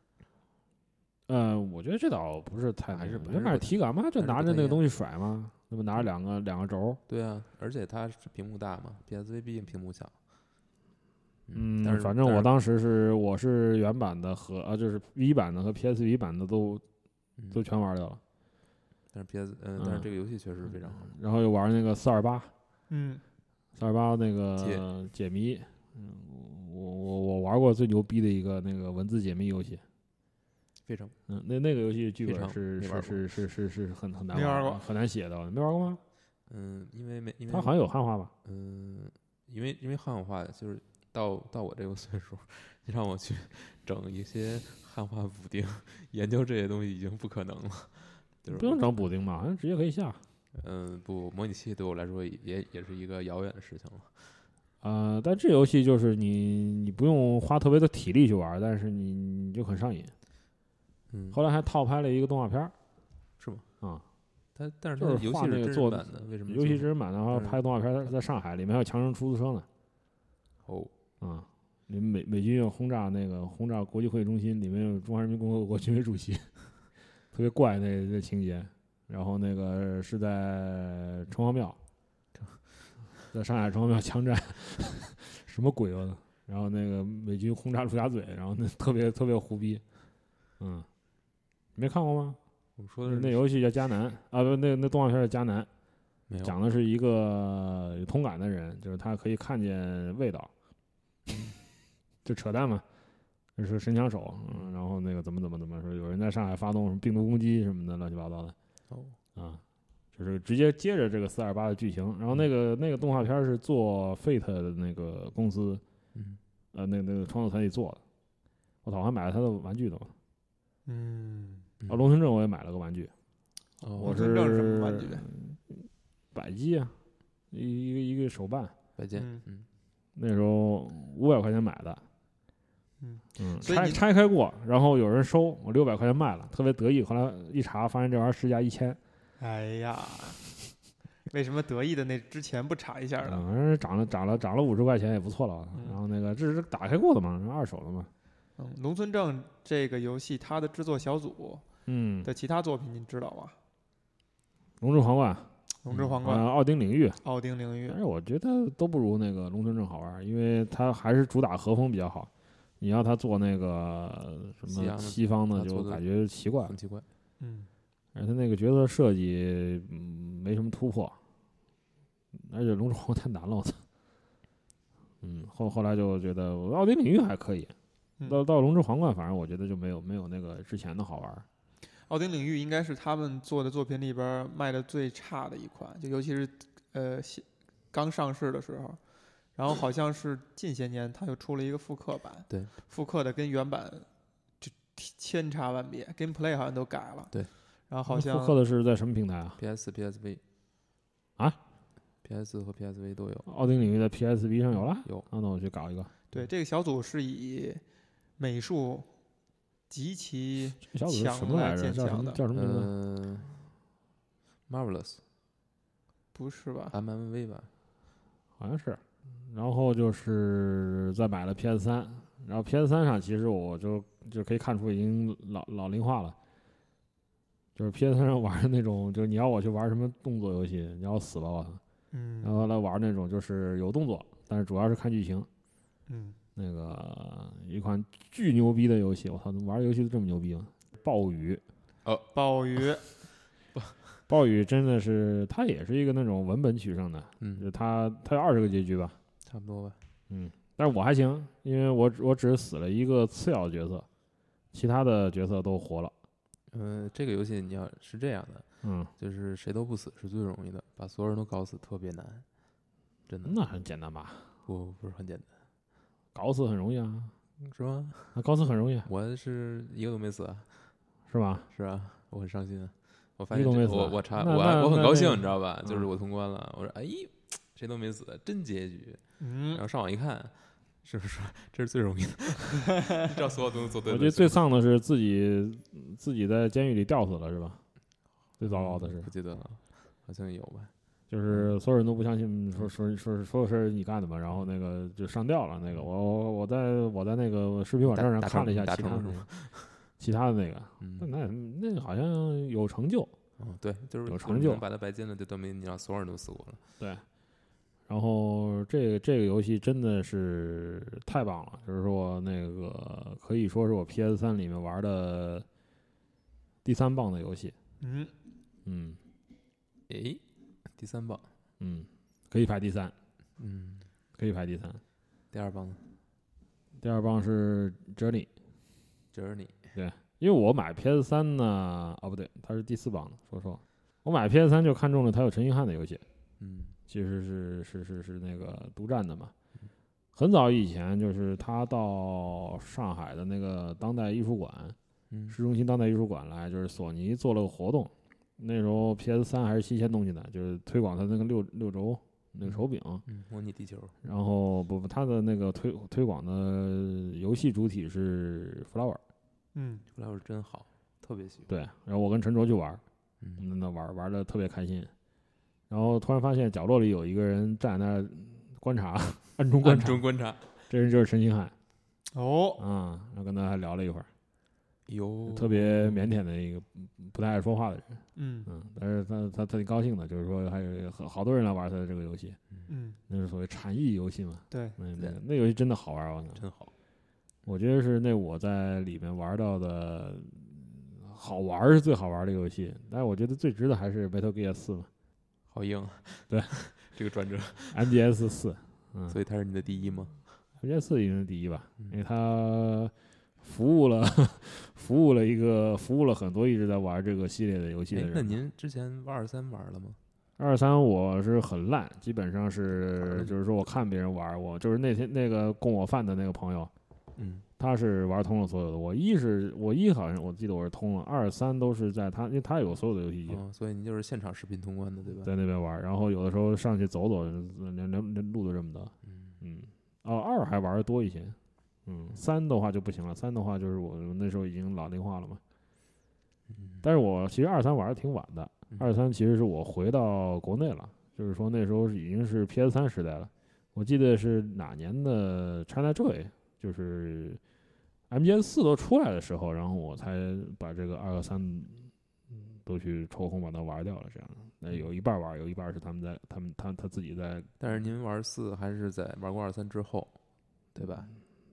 [SPEAKER 3] 嗯，我觉得这倒不是太
[SPEAKER 2] 还是
[SPEAKER 3] 那
[SPEAKER 2] 不
[SPEAKER 3] 个原版
[SPEAKER 2] 还是
[SPEAKER 3] 是
[SPEAKER 2] 不
[SPEAKER 3] 体感嘛，
[SPEAKER 2] 还
[SPEAKER 3] 就
[SPEAKER 2] 是
[SPEAKER 3] 拿
[SPEAKER 2] 不
[SPEAKER 3] 着
[SPEAKER 2] 太
[SPEAKER 3] 那
[SPEAKER 2] 一
[SPEAKER 3] 个
[SPEAKER 2] 样
[SPEAKER 3] 东西甩嘛。那不拿着两个两个轴儿，
[SPEAKER 2] 对啊，而且它是屏幕大嘛，PSV 毕竟屏幕小。
[SPEAKER 3] 嗯，
[SPEAKER 2] 但是
[SPEAKER 3] 反正
[SPEAKER 2] 但
[SPEAKER 3] 我
[SPEAKER 2] 是
[SPEAKER 3] 当时是我是原版的和啊，就是 V 版的和 PSV 版的都
[SPEAKER 2] 嗯
[SPEAKER 3] 都全玩掉了，
[SPEAKER 2] 但是 PS 嗯，但是
[SPEAKER 3] 嗯
[SPEAKER 2] 这个游戏确实非常好。
[SPEAKER 3] 然后又玩那个四二八
[SPEAKER 1] 嗯，
[SPEAKER 3] 四二八那个
[SPEAKER 2] 解
[SPEAKER 3] 解谜，嗯，我我我玩过最牛逼的一个那个文字解谜游戏，
[SPEAKER 2] 非常
[SPEAKER 3] 嗯，那那个游戏剧
[SPEAKER 2] 非
[SPEAKER 3] 本
[SPEAKER 2] 常
[SPEAKER 3] 是
[SPEAKER 2] 没
[SPEAKER 3] 是
[SPEAKER 2] 玩过
[SPEAKER 3] 是是是是很很难
[SPEAKER 1] 没玩
[SPEAKER 3] 的
[SPEAKER 1] 过
[SPEAKER 3] 很难写的，没玩过吗？
[SPEAKER 2] 嗯，因为没因为
[SPEAKER 3] 它好像有汉化吧？
[SPEAKER 2] 嗯，因为因为汉化就是到到我这个岁数，你让我去整一些汉化补丁，研究这些东西已经不可能了。就是
[SPEAKER 3] 不用
[SPEAKER 2] 我
[SPEAKER 3] 整补丁嘛，好像直接可以下。
[SPEAKER 2] 嗯，不，模拟器对我来说也也是一个遥远的事情了。
[SPEAKER 3] 呃，但这游戏就是你你不用花特别的体力去玩，但是你你就很上瘾。
[SPEAKER 2] 嗯，
[SPEAKER 3] 后来还套拍了一个动画片儿，
[SPEAKER 2] 是吗？
[SPEAKER 3] 啊、
[SPEAKER 2] 它但是
[SPEAKER 3] 就
[SPEAKER 2] 它
[SPEAKER 3] 是
[SPEAKER 2] 游
[SPEAKER 3] 画
[SPEAKER 2] 戏
[SPEAKER 3] 那
[SPEAKER 2] 是
[SPEAKER 3] 个
[SPEAKER 2] 真
[SPEAKER 3] 做
[SPEAKER 2] 人版的，为什么
[SPEAKER 3] 游戏
[SPEAKER 2] 就
[SPEAKER 3] 真人版的话
[SPEAKER 2] 嗯
[SPEAKER 3] 拍动画片儿，它在上海，里面还有强生出租车呢。
[SPEAKER 2] 哦，
[SPEAKER 3] 啊、你美美军要轰炸那个轰炸国际会议中心，里面有中华人民共和国军委主席， <laughs> 特别怪那那情节。然后那个是在城隍庙，在上海城隍庙枪战， <laughs> 什么鬼啊？然后那个美军轰炸陆家嘴，然后那特别特别胡逼，嗯，你没看过吗？
[SPEAKER 2] 我们说的是
[SPEAKER 3] 那游戏叫《迦南》啊，不，那那动画片叫《迦南》，
[SPEAKER 2] 没有
[SPEAKER 3] 讲的是一个有通感的人，就是他可以看见味
[SPEAKER 2] <laughs>
[SPEAKER 3] 道，就扯淡嘛，就是神枪手，嗯，然后那个怎么怎么怎么说，有人在上海发动什么病毒攻击什么的乱七八糟的
[SPEAKER 2] 哦，
[SPEAKER 3] 啊，就是直接接着这个四二八的剧情，然后那个那个动画片是做 Fate 的那个公司，
[SPEAKER 2] 嗯，
[SPEAKER 3] 呃，那那个创作团体做的，我操，我还买了他的玩具呢，
[SPEAKER 1] 嗯，
[SPEAKER 3] 啊，龙城镇我也买了个玩具，
[SPEAKER 2] 哦
[SPEAKER 3] 我
[SPEAKER 1] 真正什么
[SPEAKER 3] 是嗯
[SPEAKER 1] 玩具？
[SPEAKER 3] 百基啊，一一个一个手办。
[SPEAKER 2] 再见
[SPEAKER 1] 嗯，
[SPEAKER 2] 嗯，
[SPEAKER 3] 那时候五百块钱买的，
[SPEAKER 1] 嗯所以
[SPEAKER 3] 拆
[SPEAKER 1] 你
[SPEAKER 3] 拆开过，然后有人收，我六百块钱卖了，特别得意。后来一查，发现这玩意儿市价一千，
[SPEAKER 1] 哎呀，为什么得意的那之前不查一下呢？
[SPEAKER 3] 嗯反正涨了涨了涨了五十块钱也不错了。
[SPEAKER 1] 嗯
[SPEAKER 3] 然后那个这是打开过的嘛，二手的嘛，
[SPEAKER 1] 嗯，《农村证》这个游戏，它的制作小组
[SPEAKER 3] 嗯，
[SPEAKER 1] 的其他作品您知道吧？
[SPEAKER 3] 龙之皇冠，
[SPEAKER 1] 《龙之皇冠》
[SPEAKER 3] 呃，奥丁领域，
[SPEAKER 1] 奥丁领域
[SPEAKER 3] 但》是我觉得都不如那个龙村镇好玩儿，因为它还是主打和风比较好。你要他做那个什
[SPEAKER 2] 西洋的
[SPEAKER 3] 么西方
[SPEAKER 1] 啊
[SPEAKER 3] 的，
[SPEAKER 2] 它做
[SPEAKER 3] 就
[SPEAKER 2] 的
[SPEAKER 3] 感觉奇怪。
[SPEAKER 2] 很奇怪。
[SPEAKER 1] 嗯，
[SPEAKER 3] 而他那个角色设计，嗯，没什么突破，而且龙之皇 <laughs> 太难了，我操。嗯，后后来就觉得我奥丁领域还可以，
[SPEAKER 1] 嗯
[SPEAKER 3] 到到龙之皇冠，反正我觉得就没有没有那个之前的好玩儿。
[SPEAKER 1] 奥丁领域应该是他们做的作品里边儿卖的最差的一款，就尤其是呃新刚上市的时候，然后好像是近些年它又出了一个复刻版，
[SPEAKER 2] 对，
[SPEAKER 1] 复刻的跟原版就千差万别，gameplay 好像都改了，
[SPEAKER 2] 对，
[SPEAKER 1] 然后好像
[SPEAKER 3] 复刻的是在什么平台啊？
[SPEAKER 2] PS、PSV
[SPEAKER 3] 啊
[SPEAKER 2] ，PS 和 PSV 都有，
[SPEAKER 3] 奥丁领域在 PSV 上有了，
[SPEAKER 2] 有
[SPEAKER 3] 啊，那我
[SPEAKER 1] <laughs>
[SPEAKER 3] 去搞一个。
[SPEAKER 1] 对这个小组是以美术极其
[SPEAKER 3] 这个小组是什么来着？
[SPEAKER 1] 强的坚
[SPEAKER 3] 叫什
[SPEAKER 1] 强啊
[SPEAKER 3] 么
[SPEAKER 1] 的
[SPEAKER 3] 叫什么名字？
[SPEAKER 2] 嗯，Marvelous 呃
[SPEAKER 1] 不是吧？
[SPEAKER 2] MMV 吧，
[SPEAKER 3] 好像是。然后就是再买了 PS 三，然后 PS 三上其实我就就可以看出已经老老龄化了，就是 PS 三上玩的那种，就是你要我去玩什么动作游戏，你要死吧我操！然
[SPEAKER 1] 嗯
[SPEAKER 3] 后来玩那种就是有动作，但是主要是看剧情。
[SPEAKER 1] 嗯，
[SPEAKER 3] 那个一款巨牛逼的游戏，我操，玩游戏都这么牛逼吗？暴雨，
[SPEAKER 1] 鲍鱼，
[SPEAKER 3] 暴雨真的是它也是一个那种文本取胜的，就是
[SPEAKER 2] 嗯，
[SPEAKER 3] 它它有二十个结局吧，
[SPEAKER 2] 差不多吧。
[SPEAKER 3] 嗯，但是我还行，因为我只我只死了一个次要角色，其他的角色都活了。
[SPEAKER 2] 嗯，这个游戏你要是这样的，
[SPEAKER 3] 嗯，
[SPEAKER 2] 就是谁都不死是最容易的，把所有人都搞死特别难，真的
[SPEAKER 3] 那很简单吧？
[SPEAKER 2] 不不是很简单，
[SPEAKER 3] 搞死很容易啊，
[SPEAKER 2] 是吗？
[SPEAKER 3] 那搞死很容易啊
[SPEAKER 2] 我是一个都没死啊，
[SPEAKER 3] 是吧？
[SPEAKER 2] 是啊，我很伤心啊。我发
[SPEAKER 3] 一
[SPEAKER 2] 现
[SPEAKER 3] 个
[SPEAKER 2] 这
[SPEAKER 3] 没
[SPEAKER 2] 个我
[SPEAKER 3] 死
[SPEAKER 2] 我查
[SPEAKER 3] 那
[SPEAKER 2] 我
[SPEAKER 3] 那
[SPEAKER 2] 我很
[SPEAKER 3] 那
[SPEAKER 2] 高
[SPEAKER 3] 那
[SPEAKER 2] 兴，
[SPEAKER 3] 个
[SPEAKER 2] 你知道吧？就是
[SPEAKER 3] 嗯
[SPEAKER 2] 我通关了，我说哎，谁都没死，真结局。
[SPEAKER 3] <laughs>
[SPEAKER 2] 然
[SPEAKER 1] 嗯，
[SPEAKER 2] 后上网一看，是不是说 <laughs> 这是最容易的？
[SPEAKER 3] <laughs>
[SPEAKER 2] 你知道所有东西做对
[SPEAKER 3] 我
[SPEAKER 2] 了，
[SPEAKER 3] 觉得最丧的是自己自己在监狱里吊死了是吧？最糟糕的是
[SPEAKER 2] 不，记得了，好像有吧？
[SPEAKER 3] 就是所有人都不相信，嗯说说说说有是你干的嘛，然后那个就上吊了。那个我我我在我在那个视频网
[SPEAKER 2] 打
[SPEAKER 3] 站上
[SPEAKER 2] 打成
[SPEAKER 3] 看了一下
[SPEAKER 2] 打
[SPEAKER 3] 其他
[SPEAKER 2] 成
[SPEAKER 3] 的
[SPEAKER 2] 了
[SPEAKER 3] 那
[SPEAKER 2] 是
[SPEAKER 3] 个，其他的那个，
[SPEAKER 2] 嗯
[SPEAKER 3] 那那那好像有成就，
[SPEAKER 2] 嗯，对，就是
[SPEAKER 3] 有成就
[SPEAKER 2] 能把它白金了，就证明你让所有人都死过了。
[SPEAKER 3] 然后这个这个游戏真的是太棒了，就是说那个可以说是我 PS 三里面玩的第三棒的游戏。
[SPEAKER 1] 嗯，
[SPEAKER 3] 嗯
[SPEAKER 2] 诶，第三棒，
[SPEAKER 3] 嗯，可以排第三，
[SPEAKER 2] 嗯，
[SPEAKER 3] 可以排第三。
[SPEAKER 2] 第二棒呢
[SPEAKER 3] 第二棒是 Journey，
[SPEAKER 2] Journey，
[SPEAKER 3] 因为我买 PS 三呢，哦不对，它是第四棒的，说错了。我买 PS 三就看中了它有陈星汉的游戏，
[SPEAKER 2] 嗯
[SPEAKER 3] 其实是是是是那个独占的嘛。很早以前，就是他到上海的那个当代艺术馆，
[SPEAKER 2] 嗯
[SPEAKER 3] 市中心当代艺术馆来，就是索尼做了个活动。那时候 PS 三还是新鲜东西呢，就是推广它那个六六轴那个手柄，
[SPEAKER 2] 嗯，模拟地球，
[SPEAKER 3] 然后不不，它的那个推推广的游戏主体是 Flower，
[SPEAKER 1] 嗯，
[SPEAKER 2] 后来我是真好，特别喜欢，
[SPEAKER 3] 对。然后我跟陈卓去玩儿，我
[SPEAKER 2] 嗯
[SPEAKER 3] 们那玩儿玩的特别开心。然后突然发现角落里有一个人站在那儿观察， <laughs> 暗中观
[SPEAKER 2] 暗
[SPEAKER 3] 察，
[SPEAKER 2] 中观察，
[SPEAKER 3] 这人就是陈星汉
[SPEAKER 1] 哦，
[SPEAKER 3] 啊，然后跟他还聊了一会儿，
[SPEAKER 2] 哟，
[SPEAKER 3] 特别腼腆的一个嗯不太爱说话的人，
[SPEAKER 1] 嗯
[SPEAKER 3] 嗯，但是他他他挺高兴的，就是说还有好好多人来玩他的这个游戏，
[SPEAKER 1] 嗯，
[SPEAKER 3] 那是所谓禅意游戏嘛，
[SPEAKER 1] 对，
[SPEAKER 3] 那那
[SPEAKER 2] 对
[SPEAKER 3] 个那游戏真的好玩，我操，
[SPEAKER 2] 真好，
[SPEAKER 3] 我觉得是那我在里面玩到的嗯好玩是最好玩的游戏，但是我觉得最值的还是 Metal Gear 四嘛
[SPEAKER 2] 好硬啊，
[SPEAKER 3] <laughs> 对
[SPEAKER 2] 这个
[SPEAKER 3] <laughs>
[SPEAKER 2] 转折，
[SPEAKER 3] ，MGS 四，嗯
[SPEAKER 2] 所以它是你的第一吗？
[SPEAKER 3] ，MGS 四应该是第一吧，因
[SPEAKER 2] 嗯
[SPEAKER 3] 为它服务了 <laughs> 服务了一个服务了很多一直在玩这个系列的游戏的
[SPEAKER 2] 诶
[SPEAKER 3] 人。
[SPEAKER 2] 那您之前玩二三玩了吗？
[SPEAKER 3] 二三我是很烂，基本上是
[SPEAKER 2] 嗯
[SPEAKER 3] 就是说我看别人玩，我就是那天那个供我饭的那个朋友，
[SPEAKER 2] 嗯，
[SPEAKER 3] 他是玩通了所有的。我一是我一好像我记得我是通了，二三都是在他因为他有所有的游戏机。
[SPEAKER 2] 哦，所以您就是现场视频通关的，对吧？
[SPEAKER 3] 在那边玩，然后有的时候上去走走，连连连路都认不得。
[SPEAKER 2] 嗯，
[SPEAKER 3] 嗯，哦，二还玩的多一些，嗯，三的话就不行了。三的话就是我那时候已经老龄化了嘛。
[SPEAKER 2] 嗯
[SPEAKER 3] 但是我其实二三玩的挺晚的，
[SPEAKER 2] 嗯
[SPEAKER 3] 二三其实是我回到国内了，就是说那时候是已经是 PS 三时代了。我记得是哪年的 ChinaJoy，就是 MGS 四都出来的时候，然后我才把这个二和三嗯都去抽空把它玩掉了。这样，那有一半玩，有一半是他们在他们他他自己在
[SPEAKER 2] 但是您玩四还是在玩过二三之后，对吧？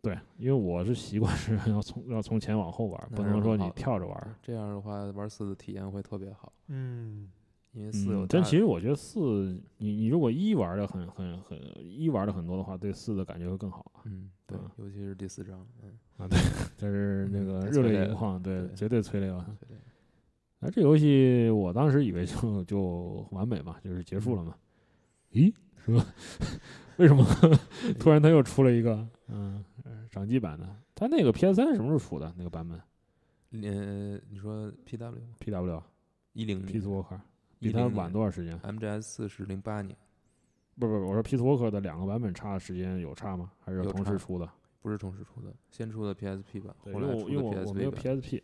[SPEAKER 3] 对，因为我是习惯是 <laughs> 要从要从前往后玩，
[SPEAKER 2] 那
[SPEAKER 3] 不
[SPEAKER 2] 是
[SPEAKER 3] 能
[SPEAKER 2] 很
[SPEAKER 3] 说
[SPEAKER 2] 好
[SPEAKER 3] 你
[SPEAKER 2] 的
[SPEAKER 3] 跳着玩。
[SPEAKER 2] 这样的话，玩四的体验会特别好，
[SPEAKER 1] 嗯
[SPEAKER 2] 因为四有
[SPEAKER 3] 嗯，
[SPEAKER 2] 它
[SPEAKER 3] 但其实我觉得四，你你如果一玩的很很很一玩的很多的话，对四的感觉会更好。
[SPEAKER 2] 嗯，对
[SPEAKER 3] 嗯，
[SPEAKER 2] 尤其是第四章，嗯，
[SPEAKER 3] 这是那
[SPEAKER 2] 嗯
[SPEAKER 3] 个
[SPEAKER 2] 太
[SPEAKER 3] 热
[SPEAKER 2] 催
[SPEAKER 3] 泪
[SPEAKER 2] 泪
[SPEAKER 3] 盈
[SPEAKER 2] 了
[SPEAKER 3] 眶，对，
[SPEAKER 2] 对
[SPEAKER 3] 绝对催泪啊！
[SPEAKER 2] 对对
[SPEAKER 3] 哎，这游戏我当时以为就就完美嘛，就是结束了嘛。咦，什么？ <laughs> 为
[SPEAKER 2] <laughs>
[SPEAKER 3] 什么突然他又出了一个嗯呃掌机版的？他那个 PS 三什么时候出的那个版本
[SPEAKER 2] 你呃，你说 P W
[SPEAKER 3] ？PW
[SPEAKER 2] 一零
[SPEAKER 3] Peace Walker
[SPEAKER 2] 嗯一
[SPEAKER 3] 比它晚
[SPEAKER 2] 多
[SPEAKER 3] 多少时间？
[SPEAKER 2] ，M G S 四是零八年，
[SPEAKER 3] 不不，不，我说 Peace Walker 的两个版本差的时间有差吗？还是
[SPEAKER 2] 有
[SPEAKER 3] 同
[SPEAKER 2] 差
[SPEAKER 3] 时出的？
[SPEAKER 2] 不是同时出的，先出的 P S P 版，
[SPEAKER 3] 对
[SPEAKER 2] 后
[SPEAKER 3] 因
[SPEAKER 2] 来
[SPEAKER 3] 为我
[SPEAKER 2] 出
[SPEAKER 3] 因为
[SPEAKER 2] 的 P
[SPEAKER 3] 我
[SPEAKER 2] S
[SPEAKER 3] 我没有
[SPEAKER 2] V 版，
[SPEAKER 3] PSP，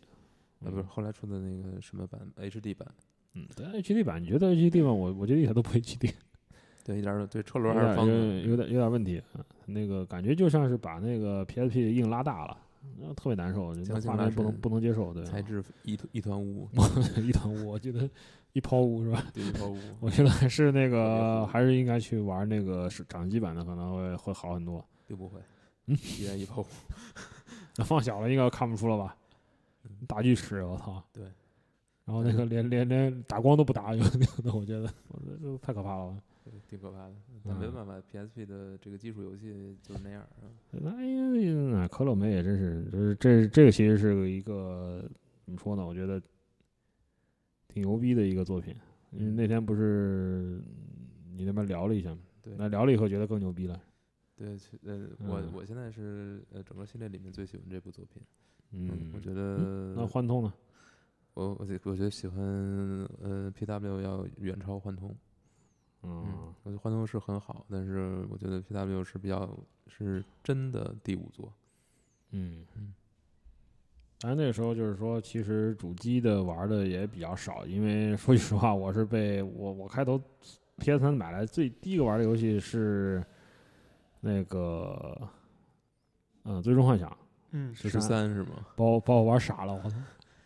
[SPEAKER 2] 呃，不是
[SPEAKER 3] 嗯
[SPEAKER 2] 后来出的那个什么版 H D 版，
[SPEAKER 3] 嗯，但 HD 版，你觉得 HD 版我我觉得一点都不 HD。
[SPEAKER 2] 对，一点儿都对，车
[SPEAKER 3] 有
[SPEAKER 2] 轮还
[SPEAKER 3] 点
[SPEAKER 2] 是方的，
[SPEAKER 3] 有有点有点问题，嗯那个感觉就像是把那个 PSP 硬拉大了，嗯特别难受，就那
[SPEAKER 2] 强行
[SPEAKER 3] 画面
[SPEAKER 2] 拉
[SPEAKER 3] 不能
[SPEAKER 2] 伸
[SPEAKER 3] 不能接受，对，
[SPEAKER 2] 材质一团一团污，
[SPEAKER 3] 一团 <laughs> 雾，我觉
[SPEAKER 2] <laughs>
[SPEAKER 3] 得一泡污是吧？
[SPEAKER 2] 对，一团污，
[SPEAKER 3] 我觉得还是
[SPEAKER 2] 特别
[SPEAKER 3] 那个
[SPEAKER 2] 糊
[SPEAKER 3] 还是应该去玩那个是掌机版的，可能会会好很多。
[SPEAKER 2] 并不会，
[SPEAKER 3] 嗯
[SPEAKER 2] 依然一泡污，
[SPEAKER 3] 那放小了应该看不出了吧？大锯齿，我操！
[SPEAKER 2] 嗯对，
[SPEAKER 3] 然后那个连连连打光都不打，有那我觉得我觉得这太可怕了吧。
[SPEAKER 2] 对挺可怕的，但没
[SPEAKER 3] 嗯
[SPEAKER 2] 办法，P S P 的这个基础游戏就是那样儿啊，
[SPEAKER 3] 哎呀，可乐梅也真是，就是这这个其实是一个怎么说呢？我觉得挺牛逼的一个作品。因
[SPEAKER 2] 嗯
[SPEAKER 3] 为那天不是你那边聊了一下嘛，
[SPEAKER 2] 对
[SPEAKER 3] 那聊了以后觉得更牛逼了。
[SPEAKER 2] 对，其呃，我
[SPEAKER 3] 嗯
[SPEAKER 2] 我现在是呃整个系列里面最喜欢这部作品，
[SPEAKER 3] 嗯，
[SPEAKER 2] 我觉得
[SPEAKER 3] 那幻痛呢？
[SPEAKER 2] 我我觉我觉得喜欢呃 P W 要远超幻通，
[SPEAKER 3] 嗯，
[SPEAKER 2] 我觉得幻通是很好，但是我觉得 P W 是比较是真的第五座，
[SPEAKER 3] 嗯
[SPEAKER 2] 嗯，
[SPEAKER 3] 但是那个时候就是说，其实主机的玩的也比较少，因为 <laughs> 说句实话，我是被我我开头 PS 三买来最第一个玩的游戏是那个，嗯，最终幻想
[SPEAKER 1] 嗯
[SPEAKER 3] 13
[SPEAKER 2] 十三是吗？
[SPEAKER 3] 把我把我玩傻了，我操！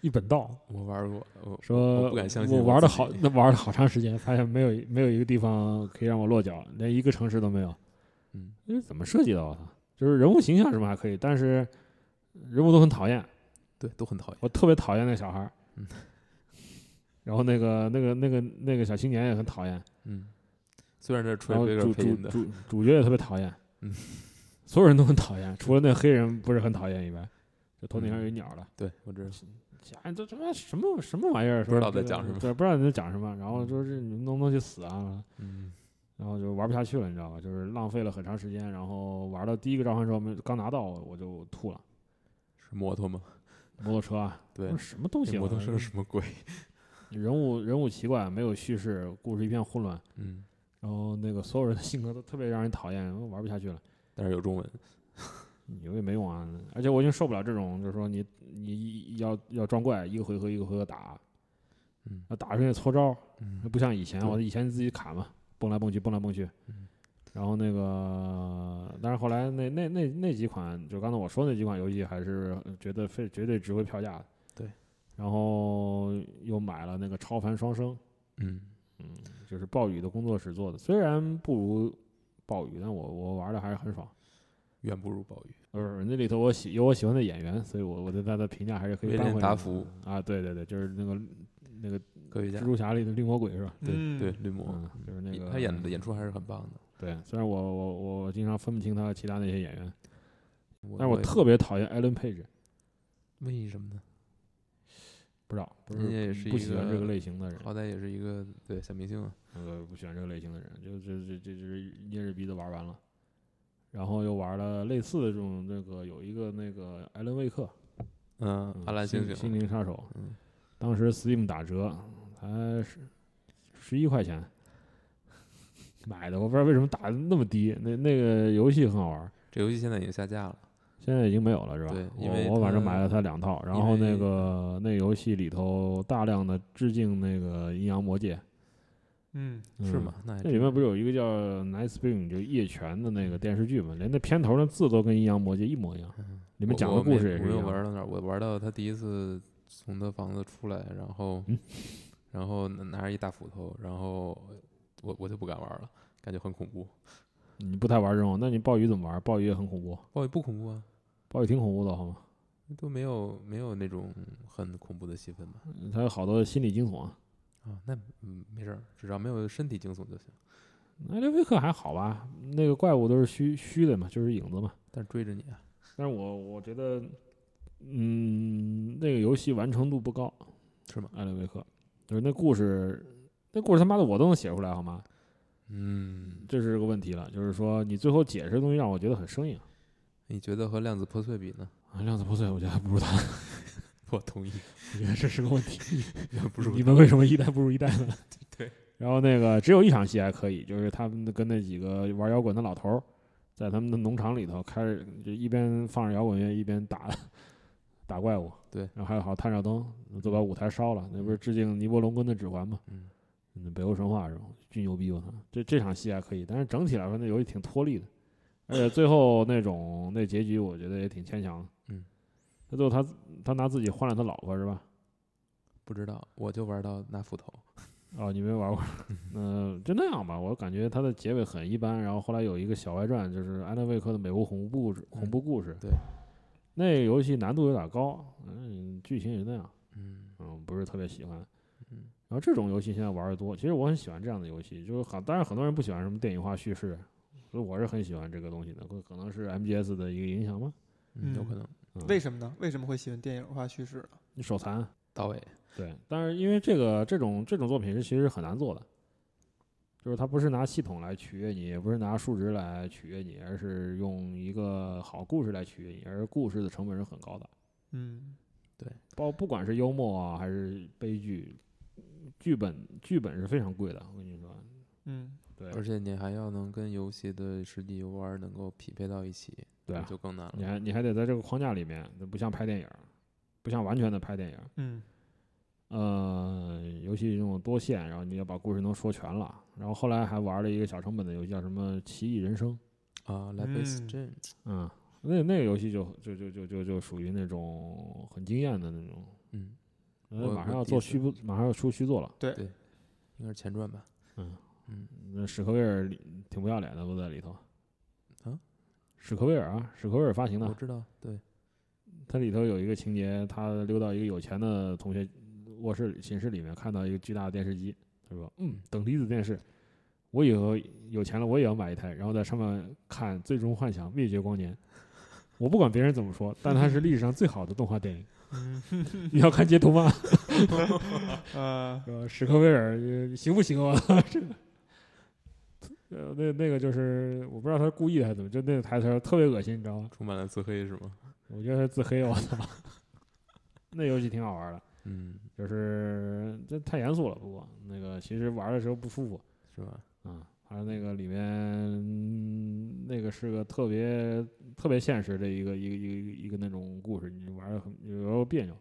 [SPEAKER 3] 一本道，
[SPEAKER 2] 我玩过，我
[SPEAKER 3] 说
[SPEAKER 2] 我不敢相信
[SPEAKER 3] 我玩的
[SPEAKER 2] 自己
[SPEAKER 3] 好，那玩了好长时间，发现没有没有一个地方可以让我落脚，连一个城市都没有。
[SPEAKER 2] 嗯，
[SPEAKER 3] 因为怎么设计的？我操，就是人物形象什么还可以，但是人物都很讨厌，
[SPEAKER 2] 对，都很讨厌。
[SPEAKER 3] 我特别讨厌那个小孩儿
[SPEAKER 2] 嗯。
[SPEAKER 3] <laughs> 然后那个那个那个那个小青年也很讨厌，
[SPEAKER 2] 嗯，虽然这是 Troy
[SPEAKER 3] 然后
[SPEAKER 2] Baker
[SPEAKER 3] 主
[SPEAKER 2] 配
[SPEAKER 3] 主
[SPEAKER 2] 音的，
[SPEAKER 3] 主主角也特别讨厌，
[SPEAKER 2] <laughs> 嗯，
[SPEAKER 3] 所有人都很讨厌，除了那黑人不是很讨厌以外，就头顶
[SPEAKER 2] 嗯
[SPEAKER 3] 上有一鸟了。
[SPEAKER 2] 对我知道。
[SPEAKER 3] 哎，这他妈什么什么玩意儿？
[SPEAKER 2] 不知道
[SPEAKER 3] 说
[SPEAKER 2] 在讲什么
[SPEAKER 3] 对，不知道你在讲什么。然后就是你们能不能去死啊？
[SPEAKER 2] 嗯
[SPEAKER 3] 然后就玩不下去了，你知道吧？就是浪费了很长时间。然后玩到第一个召唤兽没刚拿到，我就吐了。
[SPEAKER 2] 是摩托吗？
[SPEAKER 3] 摩托车啊，
[SPEAKER 2] 对
[SPEAKER 3] 不，是什么东西啊，
[SPEAKER 2] 摩托车是什么鬼？
[SPEAKER 3] 人物人物奇怪，没有叙事，故事一片混乱。
[SPEAKER 2] 嗯，
[SPEAKER 3] 然后那个所有人的性格都特别让人讨厌，玩不下去了。
[SPEAKER 2] 但是有中文。
[SPEAKER 3] 有也没用啊！而且我已经受不了这种，就是说你你要要装怪，一个回合一个回合打，
[SPEAKER 2] 嗯
[SPEAKER 3] 那打出去搓招，
[SPEAKER 2] 嗯
[SPEAKER 3] 不像以前，
[SPEAKER 2] 对
[SPEAKER 3] 我以前自己卡嘛，蹦来蹦去，蹦来蹦去。
[SPEAKER 2] 嗯
[SPEAKER 3] 然后那个，但是后来那那那那几款，就刚才我说那几款游戏，还是呃觉得非绝对值回票价的。
[SPEAKER 2] 对。
[SPEAKER 3] 然后又买了那个《超凡双生》，
[SPEAKER 2] 嗯，
[SPEAKER 3] 就是暴雨的工作室做的，虽然不如暴雨，但我我玩的还是很爽。
[SPEAKER 2] 远不如暴雨。
[SPEAKER 3] 呃，那里头我喜有我喜欢的演员，所以我我对他的评价还是可以
[SPEAKER 2] 威
[SPEAKER 3] 扳
[SPEAKER 2] 廉
[SPEAKER 3] 回
[SPEAKER 2] 达
[SPEAKER 3] 来的
[SPEAKER 2] 福
[SPEAKER 3] 啊，对对对，就是那个那个
[SPEAKER 2] 科学家
[SPEAKER 3] 蜘，蛛侠里的绿魔鬼是吧？
[SPEAKER 2] 对
[SPEAKER 1] 嗯
[SPEAKER 2] 对，绿魔，
[SPEAKER 3] 嗯，就是那个
[SPEAKER 2] 他演的演出还是很棒的。
[SPEAKER 3] 对，虽然我我我我经常分不清他和其他那些演员，但是我
[SPEAKER 2] 也
[SPEAKER 3] 特别讨厌艾伦佩治，
[SPEAKER 2] 为什么呢？
[SPEAKER 3] 不知道不
[SPEAKER 2] 人家也是
[SPEAKER 3] 不
[SPEAKER 2] 一
[SPEAKER 3] 喜欢这
[SPEAKER 2] 个
[SPEAKER 3] 类型的人，
[SPEAKER 2] 好歹也是一个对小明星啊。
[SPEAKER 3] 呃，不喜欢这个类型的人，就这这这这捏着鼻子玩完了，然后又玩了类似的这种那个有一个那个艾伦威克，
[SPEAKER 2] 嗯
[SPEAKER 3] 嗯，
[SPEAKER 2] 阿兰
[SPEAKER 3] 心
[SPEAKER 2] 星
[SPEAKER 3] 心
[SPEAKER 2] 星，
[SPEAKER 3] 灵杀手，
[SPEAKER 2] 嗯
[SPEAKER 3] 当时 Steam 打折才十十一块钱买的，我不知道为什么打得那么低。那那个游戏很好玩，
[SPEAKER 2] 这游戏现在已经下架了。
[SPEAKER 3] 现在已经没有了是吧？
[SPEAKER 2] 对因为
[SPEAKER 3] 我我反正
[SPEAKER 2] 它
[SPEAKER 3] 买了它两套，然
[SPEAKER 2] 因
[SPEAKER 3] 后那
[SPEAKER 2] 为
[SPEAKER 3] 个那游戏里头大量的致敬那个《阴阳魔界》
[SPEAKER 1] 嗯，
[SPEAKER 3] 嗯，
[SPEAKER 2] 是吗？？那还
[SPEAKER 3] 那
[SPEAKER 2] 真
[SPEAKER 3] 里面不是有一个叫《Night Spring》就夜泉的那个电视剧嘛，连那片头的字都跟《阴阳魔界》一模一样，里面
[SPEAKER 2] 我
[SPEAKER 3] 讲
[SPEAKER 2] 嗯我
[SPEAKER 3] 的故
[SPEAKER 2] 没
[SPEAKER 3] 事也
[SPEAKER 2] 我
[SPEAKER 3] 是
[SPEAKER 2] 没
[SPEAKER 3] 一
[SPEAKER 2] 有
[SPEAKER 3] 样。
[SPEAKER 2] 玩到那儿，我玩到他第一次从他房子出来，然后、
[SPEAKER 3] 嗯
[SPEAKER 2] 然后拿拿着一大斧头，然后我我就不敢玩了，感觉很恐怖。
[SPEAKER 3] 你不太玩这种，那你暴雨怎么玩？暴雨也很恐怖，
[SPEAKER 2] 暴雨不恐怖啊，
[SPEAKER 3] 暴雨挺恐怖的，好吗？
[SPEAKER 2] 都没有没有那种很恐怖的戏份吧？
[SPEAKER 3] 它有好多心理惊悚啊。
[SPEAKER 2] 啊，那嗯没事儿，只要没有身体惊悚就行。
[SPEAKER 3] 艾利维克还好吧？那个怪物都是虚虚的嘛，就是影子嘛。
[SPEAKER 2] 但是追着你啊，
[SPEAKER 3] 但是我我觉得，嗯，那个游戏完成度不高，
[SPEAKER 2] 是吗？
[SPEAKER 3] 艾利维克就是那故事，那故事他妈的我都能写出来，好吗？
[SPEAKER 2] 嗯，
[SPEAKER 3] 这是个问题了，就是说你最后解释的东西让我觉得很生硬。
[SPEAKER 2] 你觉得和量子破碎比呢？
[SPEAKER 3] 啊，量子破碎，我觉得还不如他，
[SPEAKER 2] <laughs>
[SPEAKER 3] <laughs>
[SPEAKER 2] 我 <laughs> 同意，
[SPEAKER 3] 我觉得这是个问题。
[SPEAKER 2] <laughs> 不是
[SPEAKER 3] 你们为什么一代不如一代呢？
[SPEAKER 2] <laughs> 对。
[SPEAKER 3] 然后那个只有一场戏还可以，就是他们跟那几个玩摇滚的老头儿，在他们的农场里头开着，就一边放着摇滚乐，一边打 <laughs> 打怪物。
[SPEAKER 2] 对
[SPEAKER 3] 然后还有好探照灯，都把舞台烧了，那不是致敬尼伯龙根的指环吗？
[SPEAKER 2] 嗯
[SPEAKER 3] 嗯，北欧神话是吧？巨牛逼！我操，这这场戏还可以，但是整体来说那游戏挺脱力的，
[SPEAKER 2] <laughs>
[SPEAKER 3] 而且最后那种那结局我觉得也挺牵强的。
[SPEAKER 2] 嗯，
[SPEAKER 3] 他最后他他拿自己换了他老婆是吧？
[SPEAKER 2] 不知道，我就玩到拿斧头。
[SPEAKER 3] 哦，你没玩过？嗯、就那样吧。我感觉它的结尾很一般。然后后来有一个小外传，就是安德卫克的美国恐怖故事，恐怖故事。
[SPEAKER 2] 对，
[SPEAKER 3] 那个游戏难度有点高，嗯，剧情也那样，
[SPEAKER 2] 嗯
[SPEAKER 3] 嗯，不是特别喜欢。
[SPEAKER 2] 嗯
[SPEAKER 3] 然后这种游戏现在玩的多，其实我很喜欢这样的游戏，就是很，当然很多人不喜欢什么电影化叙事，所以我是很喜欢这个东西的，可可能是 MGS 的一个影响吧。
[SPEAKER 2] 有
[SPEAKER 1] 嗯
[SPEAKER 2] 可能
[SPEAKER 3] 嗯、
[SPEAKER 1] 为什么呢？为什么会喜欢电影化叙事呢？
[SPEAKER 3] 你手残？
[SPEAKER 2] 到位。
[SPEAKER 3] 对，但是因为这个这种这种作品是其实很难做的，就是它不是拿系统来取悦你，也不是拿数值来取悦你，而是用一个好故事来取悦你，而故事的成本是很高的，
[SPEAKER 1] 嗯
[SPEAKER 3] 包不管是幽默啊还是悲剧，剧本剧本是非常贵的，我跟你说，
[SPEAKER 1] 嗯
[SPEAKER 3] 对，
[SPEAKER 2] 而且你还要能跟游戏的实际游玩能够匹配到一起，
[SPEAKER 3] 对
[SPEAKER 2] 那
[SPEAKER 3] 啊
[SPEAKER 2] 就更难了。
[SPEAKER 3] 你还你还得在这个框架里面，不像拍电影儿，不像完全的拍电影儿，
[SPEAKER 1] 嗯
[SPEAKER 3] 呃，游戏这种多线，然后你要把故事能说全了。然后后来还玩了一个小成本的游戏，叫什么《奇异人生》。
[SPEAKER 2] 啊，Life is
[SPEAKER 1] 嗯
[SPEAKER 2] Strange，
[SPEAKER 3] 嗯，那那个游戏就就就就就就属于那种很惊艳的那种，
[SPEAKER 2] 嗯，
[SPEAKER 3] 呃
[SPEAKER 2] 我
[SPEAKER 3] 马上
[SPEAKER 2] 我
[SPEAKER 3] 要
[SPEAKER 2] 第
[SPEAKER 3] 做
[SPEAKER 2] 一次
[SPEAKER 3] 续部，马上要出续作了。
[SPEAKER 2] 应该是前传吧？
[SPEAKER 3] 嗯
[SPEAKER 2] 嗯，
[SPEAKER 3] 那史克威尔里挺不要脸的，都在里头。
[SPEAKER 2] 啊，
[SPEAKER 3] 史克威尔啊，史克威尔发行
[SPEAKER 2] 我
[SPEAKER 3] 的，
[SPEAKER 2] 知道，对，
[SPEAKER 3] 它里头有一个情节，他溜到一个有钱的同学卧室里寝室里面，看到一个巨大的电视机，他说：“嗯，等离子电视，我以后有钱了我也要买一台，然后在上面看《最终幻想》《灭绝光年》。”我不管别人怎么说，但它是历史上最好的动画电影。
[SPEAKER 1] 嗯 <laughs>
[SPEAKER 3] 你要看截图吗？
[SPEAKER 1] 呃，
[SPEAKER 3] 呃，史克威尔呃行不行啊？ <laughs> 这个，呃，那那个就是我不知道他是故意的还是怎么，就那个台词儿特别恶心，你知道吗？
[SPEAKER 2] 充满了自黑是吗？
[SPEAKER 3] 我觉得他自黑，我操！ <laughs> 那游戏挺好玩的，
[SPEAKER 2] 嗯，
[SPEAKER 3] 就是这太严肃了，不过那个其实玩的时候不舒服
[SPEAKER 2] 是吧？
[SPEAKER 3] 啊。还有那个里面、嗯那个是个特别特别现实的一个一个一个一个那种故事，你玩的很有时候别扭。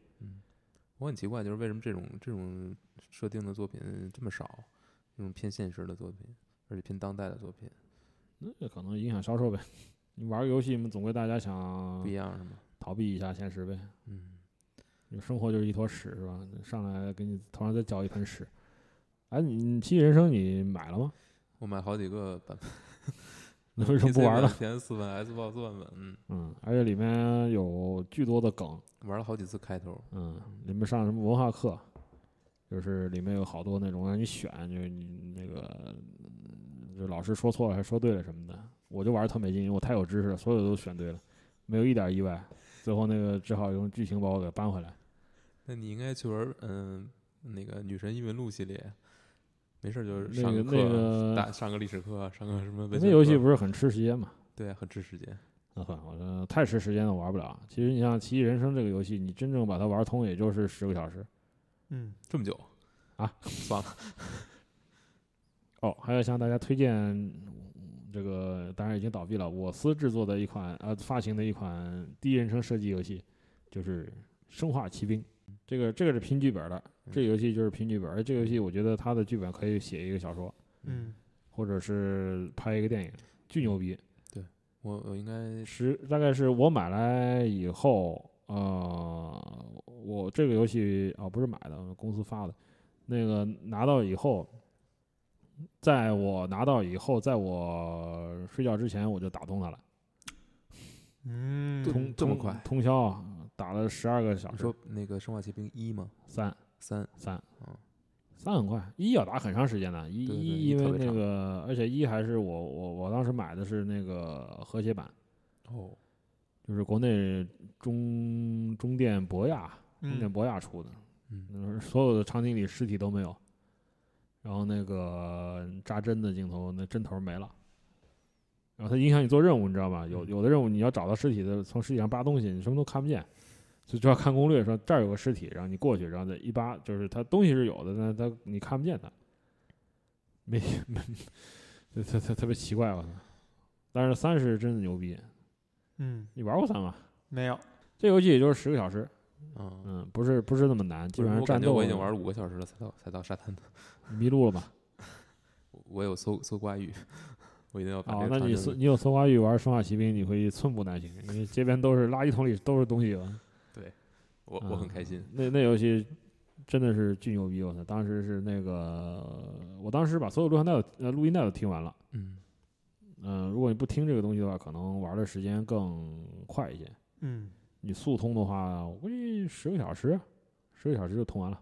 [SPEAKER 2] 我很奇怪，就是为什么这种这种设定的作品这么少，这种偏现实的作品，而且偏当代的作品
[SPEAKER 3] 那可能影响销售呗。 <laughs> 你玩个游戏嘛，总归大家想
[SPEAKER 2] 不一样是吗？
[SPEAKER 3] 逃避一下现实呗。
[SPEAKER 2] 嗯，
[SPEAKER 3] 你生活就是一坨屎是吧？上来给你头上再浇一盆屎。哎，你你《奇异人生》你买了吗？
[SPEAKER 2] 我买好几个版本，
[SPEAKER 3] 那为什么不
[SPEAKER 2] PC
[SPEAKER 3] 玩了
[SPEAKER 2] 版？？PS 版、Xbox 版本，嗯，
[SPEAKER 3] 嗯，而且里面有巨多的梗，
[SPEAKER 2] 玩了好几次开头，
[SPEAKER 3] 嗯，里面上什么文化课，就是里面有好多那种让你选，就是你那个，嗯就老师说错了还说对了什么的，我就玩的特没劲，因为我太有知识了，所有都选对了，没有一点意外，最后那个只好用剧情把我给扳回来。
[SPEAKER 2] 那你应该去玩儿，嗯，那个《女神异闻录》系列，没事儿就
[SPEAKER 3] 那
[SPEAKER 2] 上
[SPEAKER 3] 个
[SPEAKER 2] 课，
[SPEAKER 3] 那个
[SPEAKER 2] 打上个历史课，上个什么文
[SPEAKER 3] 那
[SPEAKER 2] 学
[SPEAKER 3] 游戏
[SPEAKER 2] 课
[SPEAKER 3] 不是很吃时间嘛？
[SPEAKER 2] 对，很吃时间。
[SPEAKER 3] 那算了，我说太吃时间了，我玩不了。其实你像《奇异人生》这个游戏，你真正把它玩通，也就是十个小时。
[SPEAKER 1] 嗯，
[SPEAKER 2] 这么久
[SPEAKER 3] 啊？
[SPEAKER 2] 算了，
[SPEAKER 3] 哦，还要向大家推荐嗯这个，当然已经倒闭了，我司制作的一款呃发行的一款第一人称射击游戏，就是《生化奇兵》。这个这个是拼剧本的，这个游戏就是拼剧本，而这个游戏我觉得它的剧本可以写一个小说，
[SPEAKER 1] 嗯，
[SPEAKER 3] 或者是拍一个电影，巨牛逼。
[SPEAKER 2] 我我应该
[SPEAKER 3] 十大概是我买来以后，呃，我这个游戏啊、不是买的，公司发的，那个拿到以后，在我拿到以后，在我睡觉之前我就打通它了，
[SPEAKER 1] 嗯，
[SPEAKER 3] 通
[SPEAKER 2] 这么
[SPEAKER 3] 通
[SPEAKER 2] 快
[SPEAKER 3] 通宵啊打了十二个小
[SPEAKER 2] 你
[SPEAKER 3] 时，
[SPEAKER 2] 说那个《生化奇兵一》吗？
[SPEAKER 3] 三
[SPEAKER 2] 三，
[SPEAKER 3] 三
[SPEAKER 2] 嗯。
[SPEAKER 3] 三很快，一要打很长时间的，一
[SPEAKER 2] 对对
[SPEAKER 3] 一
[SPEAKER 2] 一
[SPEAKER 3] 因
[SPEAKER 2] 特
[SPEAKER 3] 为
[SPEAKER 2] 别
[SPEAKER 3] 那
[SPEAKER 2] 长
[SPEAKER 3] 个，而且一还是我我我当时买的是那个和谐版，
[SPEAKER 2] 哦，
[SPEAKER 3] 就是国内中中电博亚中电
[SPEAKER 1] 嗯，
[SPEAKER 3] 博亚出的，
[SPEAKER 2] 嗯，
[SPEAKER 3] 嗯，所有的场景里尸体都没有，然后那个扎针的镜头，那针头没了，然后它影响你做任务，你知道吗？有
[SPEAKER 2] 嗯
[SPEAKER 3] 有的任务你要找到尸体的，从尸体上扒东西，你什么都看不见，就就要看攻略，说这儿有个尸体，然后你过去，然后再一扒，就是它东西是有的，但它你看不见它，没没，特特特特别奇怪，我操！但是三是真的牛逼，
[SPEAKER 1] 嗯，
[SPEAKER 3] 你玩过三吗？
[SPEAKER 1] 没有，
[SPEAKER 3] 这游戏也就是十个小时，
[SPEAKER 2] 啊，
[SPEAKER 3] 嗯，不是不是那么难，基
[SPEAKER 2] 不是
[SPEAKER 3] 本上
[SPEAKER 2] 我
[SPEAKER 3] 战
[SPEAKER 2] 感觉
[SPEAKER 3] 斗
[SPEAKER 2] 我已经玩了五个小时了，才到才到沙滩的。
[SPEAKER 3] 迷路了吧？
[SPEAKER 2] 我我有搜搜刮玉， <laughs> 我一定要把
[SPEAKER 3] 哦
[SPEAKER 2] 啊这，个
[SPEAKER 3] 那
[SPEAKER 2] 场
[SPEAKER 3] 你
[SPEAKER 2] 景
[SPEAKER 3] 搜你有搜刮欲玩生化奇兵，你会寸步难行，因为街边都是垃圾桶里都是东西了。
[SPEAKER 2] 我我很
[SPEAKER 3] 嗯
[SPEAKER 2] 开心。
[SPEAKER 3] 那那游戏真的是巨牛逼，我操！当时是那个，我当时把所有录像带都呃录音带都听完了。
[SPEAKER 2] 嗯，
[SPEAKER 3] 嗯、如果你不听这个东西的话，可能玩的时间更快一些。
[SPEAKER 1] 嗯，
[SPEAKER 3] 你速通的话，我估计十个小时，十个小时就通完了。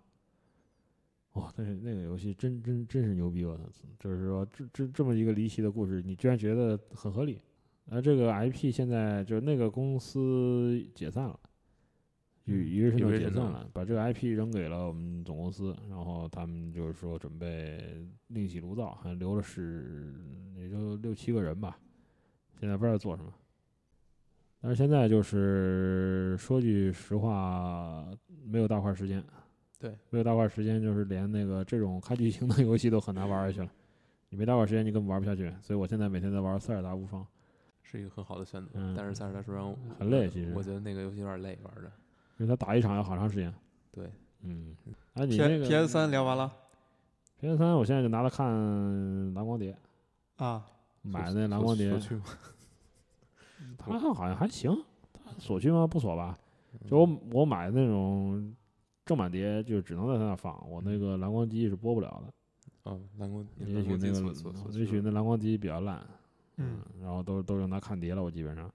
[SPEAKER 3] 哇、那那个游戏真真真是牛逼！我操，就是说这这这么一个离奇的故事，你居然觉得很合理。而这个 IP 现在就是那个公司解散了，与于是呢
[SPEAKER 2] Eurovision
[SPEAKER 3] 解散
[SPEAKER 2] 呢
[SPEAKER 3] 了，把这个 IP 扔给了我们总公司，然后他们就是说准备另起炉灶，好像留了是也就六七个人吧，现在不知道做什么。但是现在就是说句实话，没有大块时间。
[SPEAKER 2] 对，
[SPEAKER 3] 没有大块时间，就是连那个这种看剧情的 <laughs> 游戏都很难玩下去了。你没大块时间，你根本玩不下去。所以我现在每天在玩《塞尔达无双》，
[SPEAKER 2] 是一个很好的选择，
[SPEAKER 3] 嗯
[SPEAKER 2] 但是三十来说让我
[SPEAKER 3] 很累其实
[SPEAKER 2] 我觉得那个游戏有点累，玩着。
[SPEAKER 3] 因为它打一场要好长时间。
[SPEAKER 2] 对，
[SPEAKER 3] 嗯，啊，你
[SPEAKER 1] P
[SPEAKER 3] 那个
[SPEAKER 1] P S 三聊完了
[SPEAKER 3] PS 三，我现在就拿它看蓝光碟，
[SPEAKER 1] 啊，
[SPEAKER 3] 买的那蓝光碟
[SPEAKER 2] 说，去吗？嗯
[SPEAKER 3] 它好像还行，它锁区吗？不锁吧？就我我买的那种正版碟就是只能在他那放，
[SPEAKER 2] 嗯
[SPEAKER 3] 我那个蓝光机是播不了的。
[SPEAKER 2] <laughs> 哦，蓝光，
[SPEAKER 3] 也
[SPEAKER 2] 蓝
[SPEAKER 3] 许
[SPEAKER 2] 光
[SPEAKER 3] 那
[SPEAKER 2] 机
[SPEAKER 3] 个
[SPEAKER 2] 所所所
[SPEAKER 3] 也许
[SPEAKER 2] 需
[SPEAKER 3] 那蓝光机比较烂，
[SPEAKER 1] 嗯，
[SPEAKER 3] 然后都都用它看碟了，我基本上。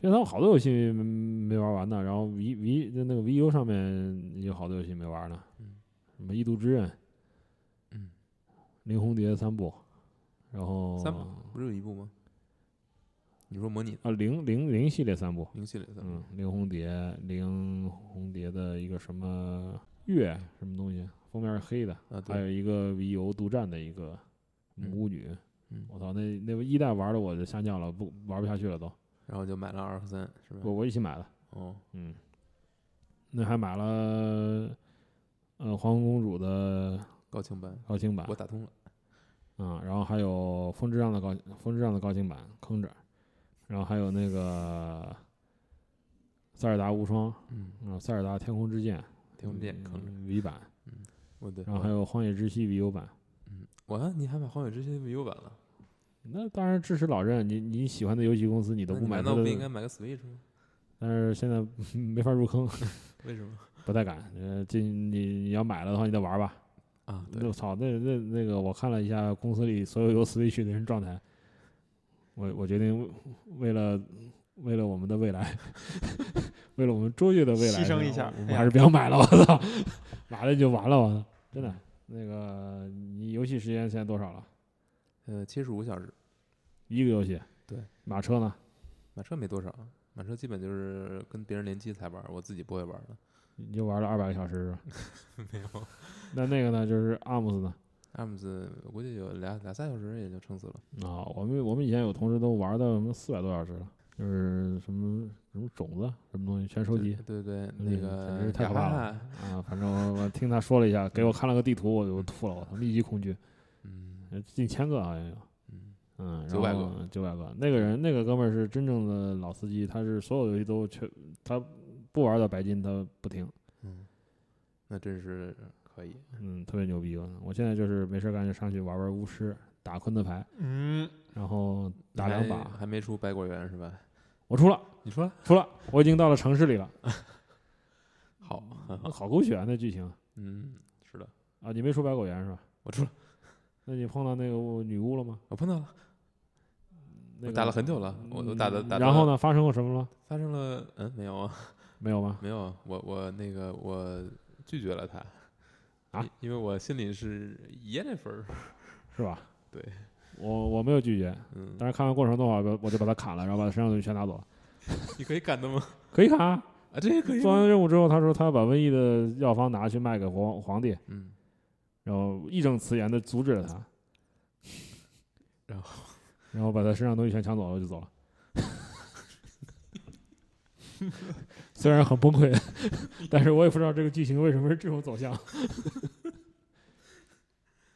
[SPEAKER 3] PS 三好多游戏没没玩完呢，然后 V V 那个 VU 上面也有好多游戏没玩呢，
[SPEAKER 2] 嗯
[SPEAKER 3] 什么《异度之刃》、《
[SPEAKER 2] 嗯，
[SPEAKER 3] 灵红蝶》三部，然后
[SPEAKER 2] 三部不是有一部吗？你说模拟
[SPEAKER 3] 啊零零零系列三部，
[SPEAKER 2] 零系列的，
[SPEAKER 3] 嗯，灵红蝶，灵红蝶的一个什么月什么东西，封面是黑的，
[SPEAKER 2] 啊，
[SPEAKER 3] 还
[SPEAKER 2] 对，
[SPEAKER 3] 有一个 VU 独占的一个
[SPEAKER 2] 嗯
[SPEAKER 3] 巫女，
[SPEAKER 2] 嗯
[SPEAKER 3] 我操，那那一代玩的我就下降了，不玩不下去了都，
[SPEAKER 2] 然后就买了二和三，是吧
[SPEAKER 3] 我？我一起买的，
[SPEAKER 2] 哦，
[SPEAKER 3] 嗯，那还买了呃黄昏公主的
[SPEAKER 2] 高清版，
[SPEAKER 3] 高清版
[SPEAKER 2] 我打通了，
[SPEAKER 3] 啊、然后还有风之杖的高风之杖的高清版坑着，然后还有那个塞尔达无双
[SPEAKER 2] 嗯，
[SPEAKER 3] 啊、塞尔达天空之剑
[SPEAKER 2] 听不见，坑着，
[SPEAKER 3] 嗯 V 版，
[SPEAKER 2] 我对，
[SPEAKER 3] 然后还有荒野之息 VU 版。
[SPEAKER 2] 我看你还买《荒野之息》VU 版了，
[SPEAKER 3] 那当然支持老任，你你喜欢的游戏公司你都
[SPEAKER 2] 那
[SPEAKER 3] 不
[SPEAKER 2] 你
[SPEAKER 3] 买
[SPEAKER 2] 难
[SPEAKER 3] 它
[SPEAKER 2] 道
[SPEAKER 3] 的
[SPEAKER 2] 不，应该买个 Switch 吗？
[SPEAKER 3] 但是现在 <laughs> 没法入坑，
[SPEAKER 2] 为什么
[SPEAKER 3] 不太敢。呃，这你你要买了的话，你再玩吧。
[SPEAKER 2] 啊？对
[SPEAKER 3] 那，我操，那那那个，我看了一下公司里所有有 Switch 的人状态，我我决定为了为了我们的未来， <laughs> 为了我们卓越的未来，
[SPEAKER 1] 牺牲一下
[SPEAKER 3] 我
[SPEAKER 1] 哎
[SPEAKER 3] 们
[SPEAKER 1] 呀
[SPEAKER 3] 还是不要买了，我操， <laughs> 买了就完了，我操，真
[SPEAKER 1] 嗯
[SPEAKER 3] 的。那个你游戏时间现在多少了？
[SPEAKER 2] 呃，七十五小时，
[SPEAKER 3] 一个游戏。
[SPEAKER 2] 对，
[SPEAKER 3] 马车呢？
[SPEAKER 2] 马车没多少，马车基本就是跟别人联机才玩儿，我自己不会玩儿的。
[SPEAKER 3] 你就玩了二百个小时是吧？
[SPEAKER 2] <laughs> 没有
[SPEAKER 3] 那那个呢，就是阿姆斯呢？
[SPEAKER 2] ，ARMS 我估计有俩俩仨小时也就撑死了。
[SPEAKER 1] 嗯
[SPEAKER 3] 啊，我们我们以前有同事都玩到什么四百多小时了，就是什么什么种子什么东西全收集
[SPEAKER 2] 对对对，
[SPEAKER 3] 嗯
[SPEAKER 2] 那
[SPEAKER 3] 简
[SPEAKER 2] 个
[SPEAKER 3] 直是太可怕了
[SPEAKER 2] 雅哈哈，
[SPEAKER 3] 啊。反正我我听他说了一下，给我看了个地图，我就吐了，我他妈一级恐惧，
[SPEAKER 2] 嗯
[SPEAKER 3] 呃近千个好像有，
[SPEAKER 2] 嗯，
[SPEAKER 3] 嗯，
[SPEAKER 2] 900个，
[SPEAKER 3] 九百个。那个人那个哥们儿是真正的老司机，他是所有游戏都全，他不玩到白金他不停，
[SPEAKER 2] 嗯那真是可以。
[SPEAKER 3] 嗯，特别牛逼。我现在就是没事儿干就上去玩玩巫师，打昆特牌，
[SPEAKER 1] 嗯，
[SPEAKER 3] 然后打两把
[SPEAKER 2] 还，还没出百果园是吧？
[SPEAKER 3] 我出了。
[SPEAKER 2] 你说
[SPEAKER 3] 出了，我已经到了城市里了。
[SPEAKER 2] 好，很好，
[SPEAKER 3] 好狗血啊，那剧情
[SPEAKER 2] <laughs> 嗯，是的，
[SPEAKER 3] 啊！你没出百果园是吧？
[SPEAKER 2] 我出了，
[SPEAKER 3] 那你碰到那个巫女巫了吗？
[SPEAKER 2] 我碰到了，
[SPEAKER 3] 那
[SPEAKER 2] 我
[SPEAKER 3] 个
[SPEAKER 2] 打了很久了，我我打的
[SPEAKER 3] 嗯
[SPEAKER 2] 打的。
[SPEAKER 3] 然后？呢？发生过什么了？
[SPEAKER 2] 发生了嗯没有啊
[SPEAKER 3] 没有吗？
[SPEAKER 2] 没有啊，我我那个我拒绝了他
[SPEAKER 3] 啊
[SPEAKER 2] 因因为我心里是 Jennifer，
[SPEAKER 3] 是吧？
[SPEAKER 2] 对，
[SPEAKER 3] 我我没有拒绝，
[SPEAKER 2] 嗯，
[SPEAKER 3] 但是看完过程动画，我我就把它砍了，然后把身上的东西全拿走了。
[SPEAKER 2] 你可以干的吗？
[SPEAKER 3] 可以砍啊！
[SPEAKER 2] 啊，这也可以
[SPEAKER 3] <laughs> 做
[SPEAKER 2] 吗。
[SPEAKER 3] 完任务之后，他说他要把瘟疫的药方拿去卖给皇皇帝，
[SPEAKER 2] 嗯，
[SPEAKER 3] 然后义正辞严的阻止了他，
[SPEAKER 2] 然
[SPEAKER 3] 后 <laughs> 然后把他身上的东西全抢走了，我就走了。 <laughs> 虽然很崩溃，但是我也不知道这个剧情为什么是这种走向。 <laughs>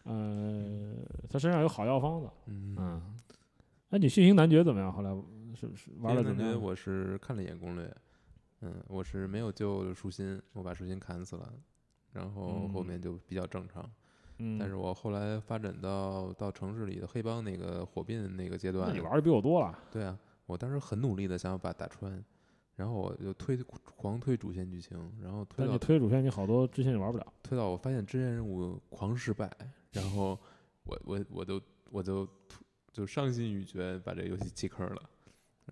[SPEAKER 3] 呃，他身上有好药方子，
[SPEAKER 2] 嗯，
[SPEAKER 3] 嗯。哎，你《血腥男爵》怎么样？后来是是玩了
[SPEAKER 2] 因为男
[SPEAKER 3] 怎么
[SPEAKER 2] 爵
[SPEAKER 3] 样？啊
[SPEAKER 2] 我是看了一眼攻略，嗯，我是没有救舒心，我把舒心砍死了，然后后
[SPEAKER 3] 嗯
[SPEAKER 2] 面就比较正常。
[SPEAKER 3] 嗯，
[SPEAKER 2] 但是我后来发展到到城市里的黑帮那个火并那个阶
[SPEAKER 3] 那
[SPEAKER 2] 段
[SPEAKER 3] 你，玩的比我多了。
[SPEAKER 2] 对啊，我当时很努力的想要把它打穿，然后我就推狂推主线剧情，然后推
[SPEAKER 3] 但
[SPEAKER 2] 到
[SPEAKER 3] 你推主线，你好多支线你玩不了。
[SPEAKER 2] 推到我发现支线任务狂失败，然后我我我就我就突就伤心欲绝，把这个游戏弃坑了。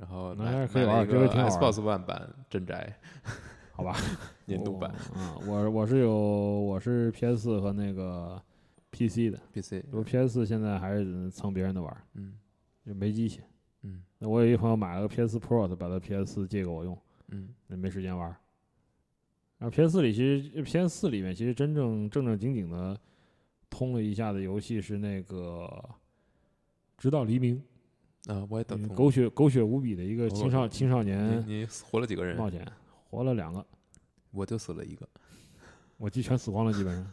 [SPEAKER 2] 然后
[SPEAKER 3] 那
[SPEAKER 2] 买
[SPEAKER 3] 还是可以
[SPEAKER 2] 买
[SPEAKER 3] 玩
[SPEAKER 2] 了
[SPEAKER 3] 儿
[SPEAKER 2] 一
[SPEAKER 3] 这回
[SPEAKER 2] 个
[SPEAKER 3] 挺好玩儿
[SPEAKER 2] Xbox One 版镇宅，
[SPEAKER 3] 好吧，
[SPEAKER 2] <laughs> 年度版
[SPEAKER 3] 我啊，我我是有我是 PS 四和那个 PC 的，
[SPEAKER 2] PC，
[SPEAKER 3] 我 PS 四现在还是蹭别人的玩儿，
[SPEAKER 2] 嗯
[SPEAKER 3] 就没机器。
[SPEAKER 2] 嗯
[SPEAKER 3] 那我有一朋友买了个 PS Pro，他把他 PS 四借给我用，
[SPEAKER 2] 嗯
[SPEAKER 3] 那没时间玩儿。然后 PS 四里其实 PS 四里面其实真正正正经经的通了一下的游戏是那个《直到黎明
[SPEAKER 2] 啊，我也》，等同
[SPEAKER 3] 嗯
[SPEAKER 2] 哦
[SPEAKER 3] 狗血狗血无比的一个青少青少年
[SPEAKER 2] 你你活了几个人？
[SPEAKER 3] 冒险，活了两个，
[SPEAKER 2] 我就死了一个，
[SPEAKER 3] 我记全死光了基
[SPEAKER 2] <laughs>
[SPEAKER 3] 本上。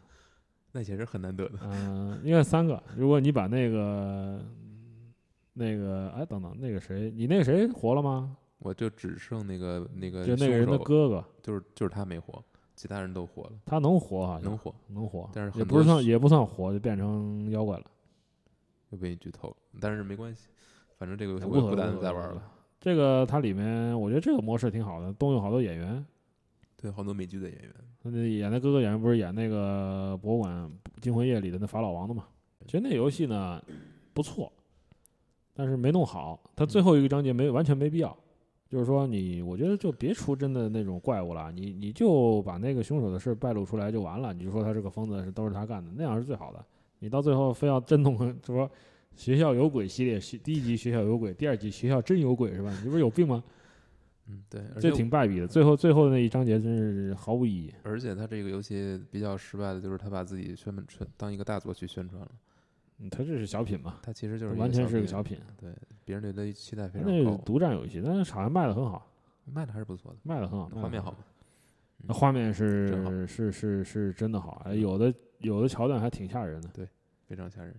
[SPEAKER 2] 那也是很难得的。
[SPEAKER 3] 嗯，应该三个。如果你把那个那个哎，等等，那个谁，你那个谁活了吗？
[SPEAKER 2] 我就只剩那个那个
[SPEAKER 3] 就那个
[SPEAKER 2] 呃凶
[SPEAKER 3] 人的
[SPEAKER 2] 手
[SPEAKER 3] 哥哥，
[SPEAKER 2] 就是就是他没活，其他人都活了，
[SPEAKER 3] 他能活好像
[SPEAKER 2] 能活
[SPEAKER 3] 能活，
[SPEAKER 2] 但是
[SPEAKER 3] 也
[SPEAKER 2] 很
[SPEAKER 3] 不
[SPEAKER 2] 多
[SPEAKER 3] 是算也不算活，就变成妖怪了，
[SPEAKER 2] 又被你剧透了，但是没关系，反正这个游戏
[SPEAKER 3] 无
[SPEAKER 2] 我也
[SPEAKER 3] 所
[SPEAKER 2] 不
[SPEAKER 3] 谓
[SPEAKER 2] 打
[SPEAKER 3] 无
[SPEAKER 2] 算
[SPEAKER 3] 所
[SPEAKER 2] 再
[SPEAKER 3] 谓
[SPEAKER 2] 玩
[SPEAKER 3] 无所
[SPEAKER 2] 了。
[SPEAKER 3] 谓这个它里面，我觉得这个模式挺好的，动用好多演员，
[SPEAKER 2] 对，好多美剧的演员，
[SPEAKER 3] 那演的哥哥演员不是演那个博物馆惊魂夜里的那法老王的嘛？其实那游戏呢不错，但是没弄好。它最后一个章节没完全没必要，就是说你我觉得就别出真的那种怪物了，你你就把那个凶手的事败露出来就完了，你就说他是个疯子，是都是他干的，那样是最好的。你到最后非要真弄个，就说学校有鬼系列，学第一集学校有鬼，第二集学校真有鬼是吧？你不是有病吗？
[SPEAKER 2] 嗯，对，而且
[SPEAKER 3] 这挺败笔的。最后最后那一章节真是毫无意义。
[SPEAKER 2] 而且他这个游戏比较失败的就是他把自己宣传当一个大作去宣传了，
[SPEAKER 3] 嗯它这是小品嘛，
[SPEAKER 2] 他其实就是一
[SPEAKER 3] 完全是个
[SPEAKER 2] 品
[SPEAKER 3] 小品。
[SPEAKER 2] 对，别人对他期待非
[SPEAKER 3] 它
[SPEAKER 2] 常
[SPEAKER 3] 那是
[SPEAKER 2] 高，
[SPEAKER 3] 独占游戏，但是好像卖的很好，
[SPEAKER 2] 卖的还是不错的，
[SPEAKER 3] 卖的很好，卖得
[SPEAKER 2] 画面
[SPEAKER 3] 很
[SPEAKER 2] 好
[SPEAKER 3] 好，
[SPEAKER 2] 嘛，
[SPEAKER 3] 那画面
[SPEAKER 2] 真好嗯
[SPEAKER 3] 是是是是真的好，哎有的有的桥段还挺吓人的。
[SPEAKER 2] 非常吓人。